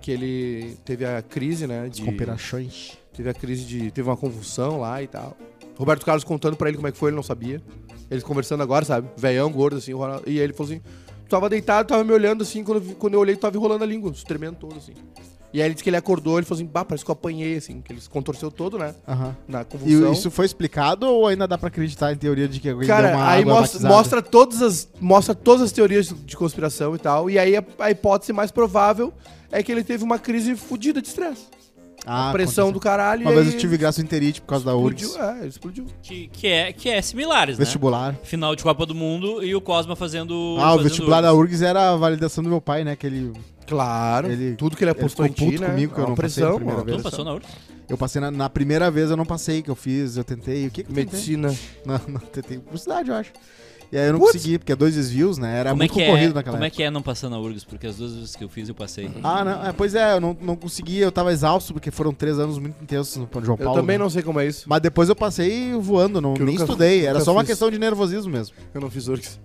Speaker 1: Que ele teve a crise, né? De,
Speaker 3: Comparações.
Speaker 1: teve a crise de. Teve uma convulsão lá e tal. Roberto Carlos contando pra ele como é que foi, ele não sabia. Eles conversando agora, sabe? Veião, gordo, assim, o Ronaldo. E ele falou assim: tu tava deitado, tava me olhando assim, quando, eu vi- quando eu olhei, tu tava enrolando a língua, se tremendo todo, assim. E aí ele disse que ele acordou, ele falou assim, bah, parece que eu apanhei, assim, que ele se contorceu todo, né?
Speaker 3: Aham.
Speaker 1: Na
Speaker 3: E
Speaker 1: convulsão.
Speaker 3: isso foi explicado ou ainda dá pra acreditar em teoria de que alguém deu uma
Speaker 1: Cara, aí
Speaker 3: água
Speaker 1: mostra,
Speaker 3: batizada?
Speaker 1: mostra todas as, mostra todas as teorias de conspiração e tal. E aí a, a hipótese mais provável é que ele teve uma crise fodida de estresse.
Speaker 3: Ah,
Speaker 1: Pressão do
Speaker 3: aconteceu.
Speaker 1: caralho.
Speaker 3: Uma
Speaker 1: e
Speaker 3: vez
Speaker 1: aí
Speaker 3: eu tive gastroenterite tipo, por causa da
Speaker 1: explodiu,
Speaker 3: URGS.
Speaker 1: É, ele explodiu.
Speaker 2: Que, que, é, que é similares, né?
Speaker 3: Vestibular.
Speaker 2: Final de Copa do Mundo e o Cosma fazendo.
Speaker 3: Ah, o
Speaker 2: fazendo-
Speaker 3: vestibular da URGS era a validação do meu pai, né? Que ele,
Speaker 1: Claro.
Speaker 3: Ele-
Speaker 1: tudo que ele apostou
Speaker 3: ele ficou
Speaker 1: em ti,
Speaker 3: puto
Speaker 1: né?
Speaker 3: comigo que
Speaker 1: É
Speaker 3: eu
Speaker 1: uma
Speaker 3: não passei na
Speaker 1: pressão,
Speaker 3: primeira
Speaker 1: mano.
Speaker 2: Tu não passou na URSS?
Speaker 3: eu passei na, na primeira vez, eu não passei, que eu fiz, eu tentei. O que que eu tentei?
Speaker 1: Medicina.
Speaker 3: Não, não, tentei publicidade, eu acho. E aí eu não
Speaker 1: Putz.
Speaker 3: consegui, porque é dois desvios, né? Era
Speaker 2: Como é
Speaker 3: muito
Speaker 2: que é?
Speaker 3: concorrido naquela
Speaker 2: Como é
Speaker 3: época.
Speaker 2: que é não passar na URGS? Porque as duas vezes que eu fiz eu passei.
Speaker 3: Ah, não, é, pois é, eu não, não consegui, eu tava exausto, porque foram três anos muito intensos no João
Speaker 1: Eu
Speaker 3: Paulo.
Speaker 1: também
Speaker 3: né?
Speaker 1: não sei como é isso.
Speaker 3: Mas depois eu passei voando, não,
Speaker 1: Que eu
Speaker 3: nem
Speaker 1: nunca-
Speaker 3: estudei. Era
Speaker 1: nunca
Speaker 3: só uma
Speaker 1: fiz.
Speaker 3: questão de nervosismo mesmo.
Speaker 1: Eu não fiz URGS.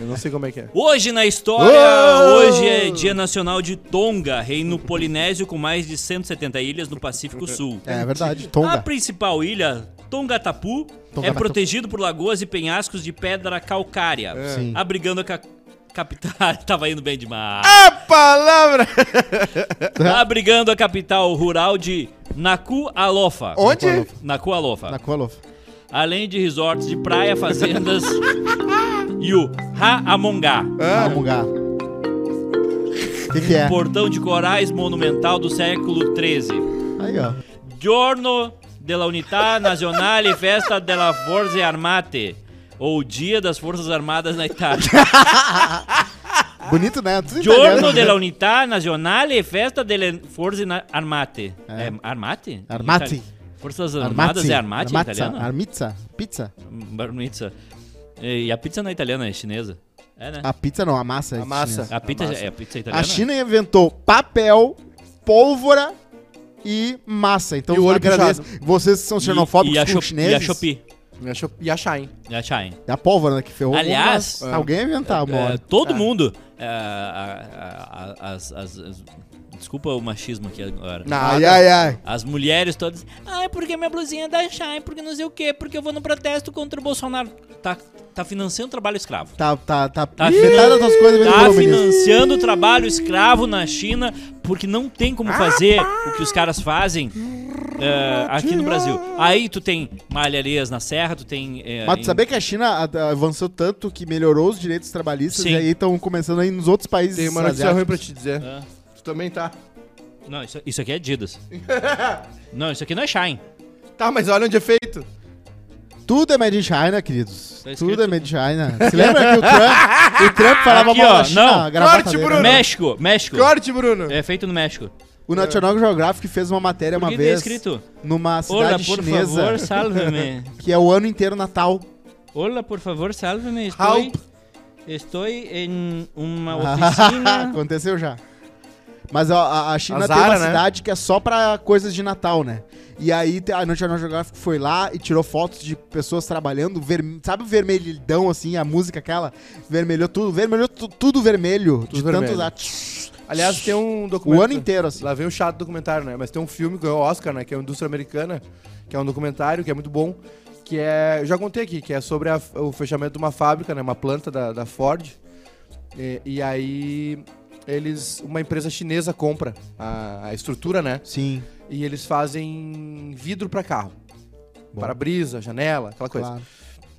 Speaker 1: Eu não sei como é que é.
Speaker 2: Hoje na história,
Speaker 1: Oh!
Speaker 2: hoje é Dia Nacional de Tonga, reino polinésio com mais de 170 ilhas no Pacífico Sul.
Speaker 3: É
Speaker 2: A
Speaker 3: verdade,
Speaker 1: Ah,
Speaker 3: Tonga.
Speaker 2: principal ilha, Tongatapu, é
Speaker 3: Tongatapu.
Speaker 2: protegido por lagoas e penhascos de pedra calcária,
Speaker 3: É. Sim.
Speaker 2: abrigando a ca- capital. ah, Tava indo bem demais.
Speaker 1: A palavra!
Speaker 3: Ah!
Speaker 2: Abrigando a capital rural de Nakualofa.
Speaker 1: Onde?
Speaker 2: Nakualofa.
Speaker 3: Na Kolof.
Speaker 2: Além de resorts de praia, fazendas e o Ha'amongá.
Speaker 1: Ah.
Speaker 3: Amungá. O que, que é?
Speaker 2: Portão de corais monumental do século XIII.
Speaker 3: Aí, ó.
Speaker 2: Giorno della Unità Nazionale Festa della Forze Armate. Ou Dia das Forças Armadas na Itália.
Speaker 3: Bonito, né? Tudo
Speaker 2: Giorno
Speaker 3: italiano, né?
Speaker 2: della Unità Nazionale Festa delle Forze na- Armate. É. armate?
Speaker 3: Armate.
Speaker 2: Em itali- Forças Armadas é Armate em
Speaker 3: Armatza,
Speaker 2: italiano?
Speaker 3: Armitza. Pizza.
Speaker 2: Barnitza. E a pizza não é italiana, é chinesa. É, né?
Speaker 3: A pizza não, a massa. é
Speaker 1: A massa.
Speaker 3: chinesa.
Speaker 2: A, pizza
Speaker 1: massa.
Speaker 2: é a pizza é italiana?
Speaker 3: A China inventou papel, pólvora e massa. Então,
Speaker 1: E o olho
Speaker 3: agradeço. Vocês que são
Speaker 2: E-
Speaker 3: xenofóbicos
Speaker 2: e a
Speaker 3: com
Speaker 2: Shop-
Speaker 3: chineses.
Speaker 2: E a Shopee.
Speaker 1: E a Shine.
Speaker 2: E a Shine.
Speaker 3: É a pólvora né, que ferrou. o mundo,
Speaker 2: Aliás,
Speaker 3: mas alguém ia inventar, uma
Speaker 2: É,
Speaker 3: hora.
Speaker 2: todo mundo. é, a- a- a- as- as- as- desculpa o machismo aqui agora.
Speaker 3: Ai, ai, ai.
Speaker 2: As mulheres todas. Ah, é porque minha blusinha é da Shine, porque não sei o quê, porque eu vou no protesto contra o Bolsonaro. Tá, tá financiando o trabalho escravo.
Speaker 3: Tá, tá, tá.
Speaker 2: Tá
Speaker 3: metade das tuas coisas vem do
Speaker 2: Tá
Speaker 3: pelo ministro.
Speaker 2: financiando o trabalho escravo na China porque não tem como fazer o que os caras fazem é, aqui no Brasil. Aí tu tem malharias na serra, tu tem. é,
Speaker 3: Mas
Speaker 2: em-
Speaker 3: tu sabia que a China a- avançou tanto que melhorou os direitos trabalhistas
Speaker 2: Sim.
Speaker 3: e aí estão começando aí nos outros países
Speaker 1: Tem uma notícia ruim
Speaker 3: asiáticos.
Speaker 1: pra te dizer.
Speaker 2: Ah.
Speaker 1: Tu também tá.
Speaker 2: Não, isso, isso aqui é Adidas. não, isso aqui não é Shine.
Speaker 1: Tá, mas olha onde é feito.
Speaker 3: Tudo é made in China, queridos.
Speaker 2: Tá escrito-
Speaker 3: Tudo é made in China. Se lembra que o Trump, o Trump falava
Speaker 2: Aqui,
Speaker 3: mal
Speaker 2: ó,
Speaker 3: da China?
Speaker 2: não.
Speaker 3: a gravata
Speaker 1: Corte,
Speaker 3: dele.
Speaker 1: Bruno.
Speaker 2: México, México.
Speaker 1: Corte, Bruno.
Speaker 2: É feito no México.
Speaker 3: O National Geographic fez uma matéria
Speaker 2: Por
Speaker 3: uma
Speaker 2: que tá
Speaker 3: vez
Speaker 2: escrito?
Speaker 3: numa
Speaker 2: Olá,
Speaker 3: cidade
Speaker 2: por
Speaker 3: chinesa
Speaker 2: favor, salve-me.
Speaker 3: que é o ano inteiro Natal.
Speaker 2: Olá, por favor, salve-me. Estou,
Speaker 1: Help. Ah.
Speaker 2: estou em uma oficina.
Speaker 3: Ah, Aconteceu já. Mas ó, a, a China
Speaker 1: Azar,
Speaker 3: tem uma
Speaker 1: né?
Speaker 3: cidade que é só pra coisas de Natal, né? E aí te- a National Geographic foi lá e tirou fotos de pessoas trabalhando, verme- sabe o vermelhidão assim, a música aquela? Vermelhou tudo, vermelhou tu- tudo vermelho, de
Speaker 1: vermelho.
Speaker 3: tanto usar. Tch-
Speaker 1: Aliás, tem um
Speaker 3: O
Speaker 1: documento.
Speaker 3: ano inteiro, assim.
Speaker 1: Lá vem o chato documentário, né? Mas tem um filme que ganhou o Oscar, né? Que é a Indústria Americana, que é um documentário que é muito bom. Que é. Eu já contei aqui, que é sobre a- o fechamento de uma fábrica, né? Uma planta da, da Ford. E, e aí. eles uma empresa chinesa compra a, a estrutura, né?
Speaker 3: Sim.
Speaker 1: E eles fazem vidro pra carro. Para-brisa, janela, aquela coisa.
Speaker 3: Claro.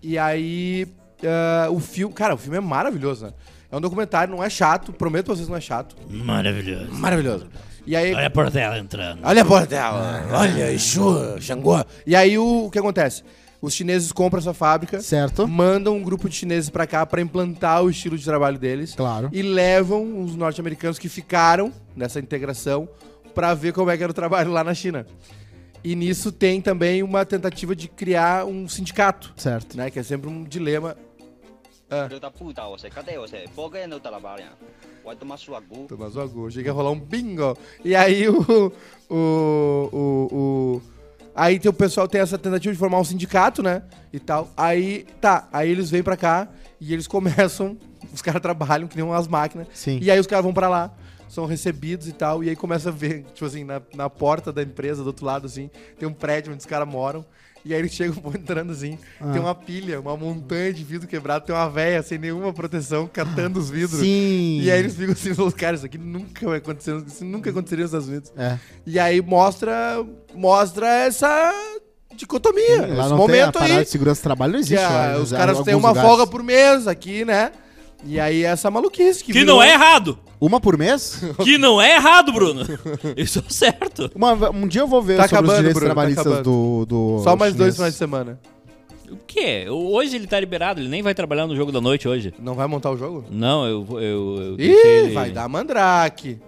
Speaker 1: E aí, ah, o filme. Cara, o filme é maravilhoso, né? É um documentário, não é chato, prometo pra vocês não é chato.
Speaker 2: Maravilhoso.
Speaker 1: Maravilhoso. E aí.
Speaker 2: Olha a Portela entrando.
Speaker 1: Olha a porta dela. Olha, Exu, Xangô. E aí o, o que acontece? Os chineses compram essa fábrica,
Speaker 3: Certo.
Speaker 1: mandam um grupo de chineses pra cá pra implantar o estilo de trabalho deles
Speaker 3: Claro.
Speaker 1: e levam os norte-americanos que ficaram nessa integração pra ver como é que era o trabalho lá na China. E nisso tem também uma tentativa de criar um sindicato,
Speaker 3: Certo.
Speaker 1: né? Que é sempre um dilema.
Speaker 4: Filho da puta, você, cadê você? Por que não trabalha? Vai tomar sua gu.
Speaker 1: Tomás Wagu, achei que ia rolar um bingo. E aí o. o, o, o- aí tem o pessoal tem essa tentativa de formar um sindicato, né? E tal. Aí tá, aí eles vêm pra cá e eles começam. Os caras trabalham que nem umas máquinas.
Speaker 3: Sim.
Speaker 1: E aí os caras vão pra lá, são recebidos e tal. E aí começa a ver, tipo assim, na, na porta da empresa, do outro lado, assim, tem um prédio onde os caras moram. E aí eles chegam vão entrando assim, tem uma pilha, uma montanha de vidro quebrado, tem uma véia sem nenhuma proteção, catando os vidros.
Speaker 3: Sim.
Speaker 1: E aí eles ficam assim, falando, cara, isso aqui nunca vai acontecer, isso nunca aconteceria nos Estados Unidos.
Speaker 3: É.
Speaker 1: E aí mostra, mostra essa dicotomia,
Speaker 3: Lá
Speaker 1: esse
Speaker 3: não tem a
Speaker 1: momento
Speaker 3: parada
Speaker 1: aí.
Speaker 3: de segurança do trabalho, não
Speaker 1: que
Speaker 3: existe.
Speaker 1: a-
Speaker 3: lá,
Speaker 1: os
Speaker 3: em
Speaker 1: caras
Speaker 3: alguns
Speaker 1: têm uma
Speaker 3: lugares.
Speaker 1: folga por mês aqui, né? E aí essa maluquice que
Speaker 2: Que
Speaker 1: virou-
Speaker 2: não é errado.
Speaker 3: Uma por mês?
Speaker 2: Que não é errado, Bruno. Isso é certo.
Speaker 3: Uma- um dia eu vou ver
Speaker 1: Tá
Speaker 3: sobre
Speaker 1: acabando,
Speaker 3: os direitos
Speaker 1: Bruno, tá
Speaker 3: trabalhistas do, do.
Speaker 1: Só mais dois
Speaker 3: chinês.
Speaker 1: finais de semana.
Speaker 2: O quê? Hoje ele tá liberado, ele nem vai trabalhar no jogo da noite hoje.
Speaker 1: Não vai montar o jogo?
Speaker 2: Não, eu vou. Eu, eu
Speaker 1: Ih,
Speaker 2: deixei ele-
Speaker 1: vai dar mandrake.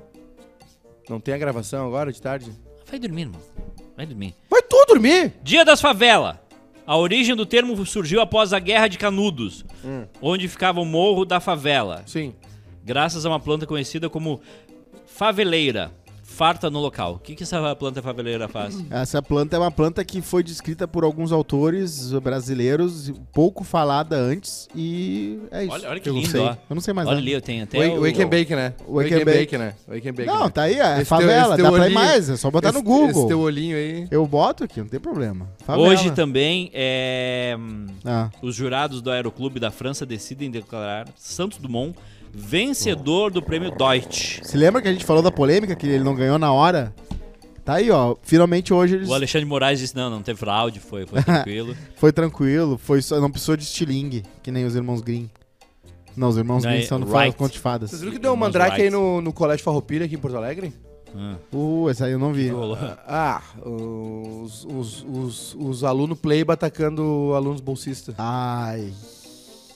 Speaker 1: Não tem a gravação agora de tarde?
Speaker 2: Vai dormir, irmão. Vai dormir.
Speaker 1: Vai tu dormir!
Speaker 2: Dia das Favelas. A origem do termo surgiu após a Guerra de Canudos, onde ficava o morro da favela,
Speaker 1: Sim.
Speaker 2: graças a uma planta conhecida como faveleira, farta no local. O que, que essa planta faveleira faz?
Speaker 3: Essa planta é uma planta que foi descrita por alguns autores brasileiros, pouco falada antes, e é isso.
Speaker 2: Olha- olha que
Speaker 3: eu não
Speaker 2: lindo,
Speaker 3: sei.
Speaker 2: ó.
Speaker 3: Eu não sei mais
Speaker 2: Olha
Speaker 3: nada.
Speaker 2: ali, eu tenho até.
Speaker 1: Wake,
Speaker 2: o-
Speaker 1: wake and Bake, né?
Speaker 3: Wake and Bake.
Speaker 1: né? Wake and Bake.
Speaker 3: Não,
Speaker 1: né?
Speaker 3: tá aí, é
Speaker 1: Esse
Speaker 3: favela,
Speaker 1: teu- esse
Speaker 3: dá
Speaker 1: teu
Speaker 3: pra ir
Speaker 1: olhinho-
Speaker 3: mais, é só botar
Speaker 1: esse,
Speaker 3: no Google.
Speaker 1: Esse teu olhinho aí.
Speaker 3: Eu boto aqui, não tem problema. Favela.
Speaker 2: Hoje tá- também é. hum,
Speaker 3: Ah,
Speaker 2: Os jurados do Aeroclube da França decidem declarar Santos Dumont vencedor do prêmio Deutsch.
Speaker 3: se lembra que a gente falou da polêmica que ele não ganhou na hora? Tá aí, ó. Finalmente hoje eles.
Speaker 2: O Alexandre Moraes disse: não, não teve fraude, foi, foi tranquilo.
Speaker 3: Foi tranquilo, foi só, não precisou de estilingue, que nem os irmãos Green. Não, os irmãos
Speaker 2: Não,
Speaker 3: Green
Speaker 2: é
Speaker 3: são no
Speaker 2: right.
Speaker 3: Fala Conto de Fadas.
Speaker 1: Vocês viram que deu um
Speaker 2: Irmãos
Speaker 1: mandrake aí
Speaker 2: Wright.
Speaker 1: no, no Colégio Farroupilha aqui em Porto Alegre?
Speaker 2: Ah,
Speaker 3: Uh, essa aí eu não vi.
Speaker 2: Rolou.
Speaker 1: Ah, os, os, os, os alunos pleiba atacando alunos bolsistas.
Speaker 3: Ai.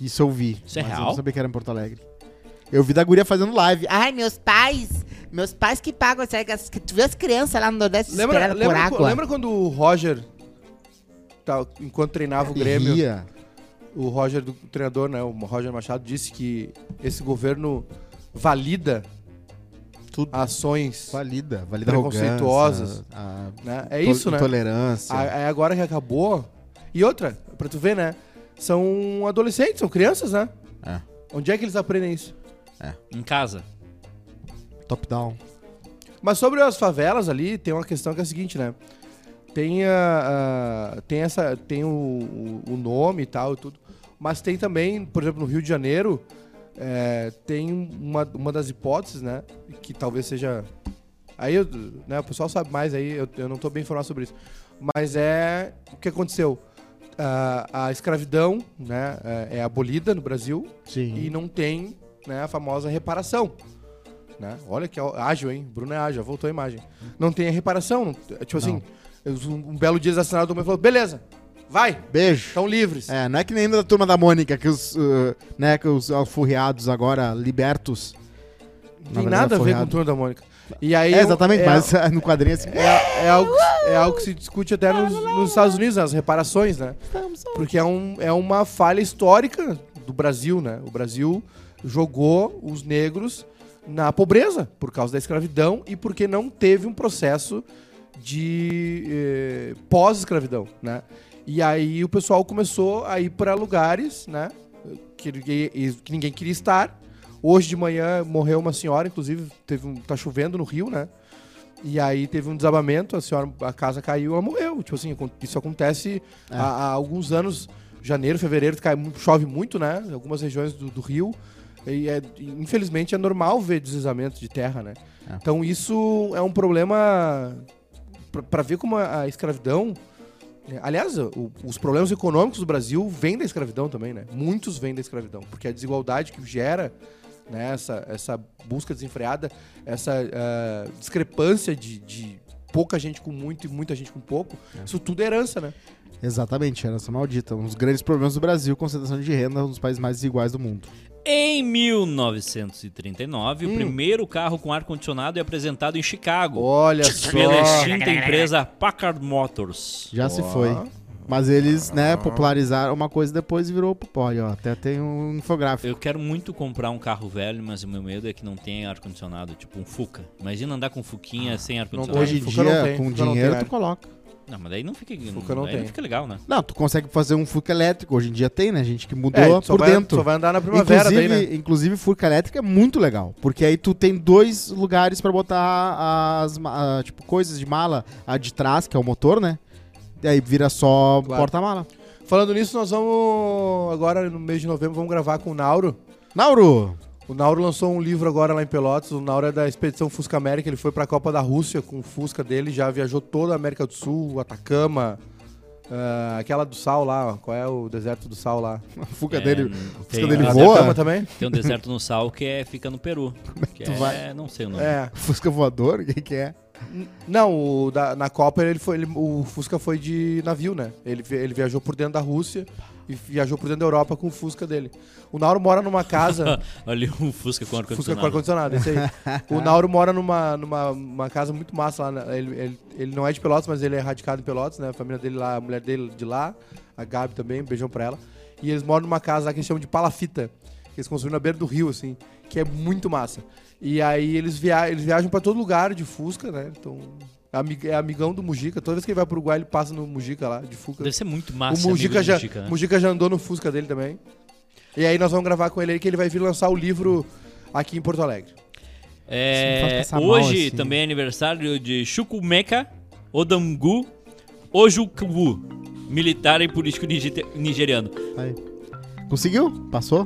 Speaker 3: Isso eu vi.
Speaker 2: Isso é
Speaker 3: mas Eu
Speaker 2: real?
Speaker 3: não sabia que era em Porto Alegre. Eu vi da guria fazendo live. Ah,
Speaker 5: Ai, meus pais. Meus pais que pagam as, as, tu vê as crianças lá no Nordeste
Speaker 1: Lembra,
Speaker 5: esperando por
Speaker 1: lembra,
Speaker 5: água.
Speaker 1: lembra quando o Roger, tá, enquanto treinava o Grêmio,
Speaker 3: ria.
Speaker 1: o Roger, do o treinador, né, o Roger Machado, disse que esse governo valida
Speaker 3: Tudo.
Speaker 1: ações.
Speaker 3: Ah, Valida, valida
Speaker 1: Preconceituosas.
Speaker 3: arrogância, a-
Speaker 1: Né? É
Speaker 3: to-
Speaker 1: isso, né?
Speaker 3: Intolerância.
Speaker 1: A- É agora que acabou. E outra, pra tu ver, né? São adolescentes, são crianças, né?
Speaker 3: É.
Speaker 1: Onde é que eles aprendem isso?
Speaker 2: Em casa.
Speaker 3: Top down.
Speaker 1: Mas sobre as favelas ali, tem uma questão que é a seguinte, né? Tem, a, a- tem, essa, tem o, o- o nome e tal e tudo. Mas tem também, por exemplo, no Rio de Janeiro, é, tem uma, uma das hipóteses, né? Que talvez seja. Aí eu- né, o pessoal sabe mais aí, eu, eu não tô bem informado sobre isso. Mas é o que aconteceu. A, a escravidão né, é é abolida no Brasil
Speaker 3: Sim.
Speaker 1: e não tem né, a famosa reparação. Né? Olha que ágil, hein? Bruno é ágil, voltou a imagem. Não tem a reparação. não- Tipo assim, um, um belo dia eles assinaram o documento e falou: beleza, vai,
Speaker 3: Beijo.
Speaker 1: estão livres.
Speaker 3: É, não é que nem da turma da Mônica, que os, uh, né, que os alfurriados agora, libertos.
Speaker 1: não
Speaker 3: na
Speaker 1: tem
Speaker 3: verdade,
Speaker 1: nada a ver com
Speaker 3: aforreado.
Speaker 1: o turno da Mônica. E aí,
Speaker 3: é, exatamente,
Speaker 1: é,
Speaker 3: mas no quadrinho assim.
Speaker 1: É, é algo, é algo que se discute até nos, nos Estados Unidos, né, as reparações, né? Porque é, um, é uma falha histórica do Brasil, né? O Brasil jogou os negros na pobreza por causa da escravidão e porque não teve um processo de eh, pós-escravidão, né? E aí o pessoal começou a ir para lugares, né? Que, ninguém- que ninguém queria estar. Hoje de manhã morreu uma senhora, inclusive, teve um, tá chovendo no Rio, né? E aí teve um desabamento, a senhora, a casa caiu, ela morreu. Tipo assim, acon- isso acontece há, há alguns anos, janeiro, fevereiro, cai, mu- chove muito, né? Em algumas regiões do, do Rio. E é- infelizmente é normal ver deslizamento de terra, né? Então isso é um problema pra- pra ver como a a escravidão. né? Aliás, o- os problemas econômicos do Brasil vêm da escravidão também, né? Muitos vêm da escravidão, porque a desigualdade que gera né, essa, essa busca desenfreada, essa ah, discrepância de, de pouca gente com muito e muita gente com pouco, isso tudo é herança, né?
Speaker 3: Exatamente, herança maldita. Um dos grandes problemas do Brasil, concentração de renda, um dos países mais desiguais do mundo.
Speaker 2: Em 1939,
Speaker 1: Hum.
Speaker 2: o primeiro carro com ar-condicionado é apresentado em Chicago
Speaker 1: Olha só.
Speaker 2: pela extinta empresa Packard Motors.
Speaker 3: Já se foi. Mas eles, né, popularizaram uma coisa depois e virou popói, ó. Até tem um infográfico.
Speaker 2: Eu quero muito comprar um carro velho, mas o meu medo é que não tenha ar-condicionado, tipo um Fuca. Imagina andar com Fuquinha sem ar-condicionado.
Speaker 3: Hoje em
Speaker 1: Fuca Ah, não
Speaker 3: dia,
Speaker 1: tem,
Speaker 3: com
Speaker 1: Fuca não
Speaker 3: dinheiro,
Speaker 1: tem,
Speaker 3: tu
Speaker 1: né?
Speaker 3: coloca.
Speaker 2: Não, mas daí não fica,
Speaker 1: Fuca não
Speaker 2: daí não
Speaker 1: tem.
Speaker 2: fica legal, né?
Speaker 3: Não, tu consegue fazer um furca elétrico. Hoje em dia tem, né, gente? Que mudou
Speaker 1: É, só
Speaker 3: por
Speaker 1: vai-
Speaker 3: dentro.
Speaker 1: Só vai andar na primavera
Speaker 3: Inclusive,
Speaker 1: daí, né?
Speaker 3: inclusive, furca elétrica é muito legal. Porque aí tu tem dois lugares pra botar as ma- ah, tipo, coisas de mala. A de trás, que é o motor, né? E aí vira só
Speaker 1: Claro.
Speaker 3: porta-mala.
Speaker 1: Falando nisso, nós vamos agora no mês de novembro vamos gravar com o Nauro.
Speaker 3: Nauro!
Speaker 1: O Nauro lançou um livro agora lá em Pelotas. O Nauro é da expedição Fusca América. Ele foi pra Copa da Rússia com o Fusca dele. Já viajou toda a América do Sul, Atacama, ah, aquela do sal lá. ó. Qual é o deserto do sal lá?
Speaker 3: A fuga
Speaker 2: É,
Speaker 3: dele.
Speaker 2: não-
Speaker 3: fusca dele
Speaker 2: a-
Speaker 1: Atacama
Speaker 3: voa?
Speaker 1: também?
Speaker 2: Tem um deserto no sal que é, fica no Peru. Que
Speaker 3: tu
Speaker 2: é,
Speaker 3: vai?
Speaker 2: Não sei o nome.
Speaker 1: É.
Speaker 3: Fusca voador? O que, que é?
Speaker 1: Não, o da- na Copa ele foi, ele- o Fusca foi de navio, né? Ele, vi- ele viajou por dentro da Rússia e viajou por dentro da Europa com o Fusca dele. O Nauro mora numa casa.
Speaker 2: Olha o Fusca com
Speaker 1: Fusca com
Speaker 2: ar-condicionado.
Speaker 1: ar-condicionado, esse aí. o Nauro mora numa, numa uma casa muito massa lá. na- Ele, ele, ele não é de Pelotas, mas ele é radicado em Pelotas, né? A família dele lá, a mulher dele de lá, a Gabi também, um beijão pra ela. E eles moram numa casa lá que eles chamam de palafita, que eles construíram na beira do rio, assim, que é muito massa. E aí eles, via eles viajam pra todo lugar de Fusca, né? Então, ami- é amigão do Mujica. Toda vez que ele vai pro Uruguai, ele passa no Mujica lá, de Fusca.
Speaker 2: Deve ser muito
Speaker 1: O
Speaker 2: massa.
Speaker 1: Mujica
Speaker 2: Ah, é amigo do
Speaker 1: já,
Speaker 2: Mujica, né?
Speaker 1: Mujica já andou no Fusca dele também. E aí nós vamos gravar com ele aí que ele vai vir lançar o livro aqui em Porto Alegre.
Speaker 2: É,
Speaker 3: Isso me faz passar mal,
Speaker 2: hoje
Speaker 3: assim.
Speaker 2: também é aniversário de Chukwumeka Odamgu Ojukwu, militar e político nige- nigeriano.
Speaker 3: Aí. Conseguiu? Passou?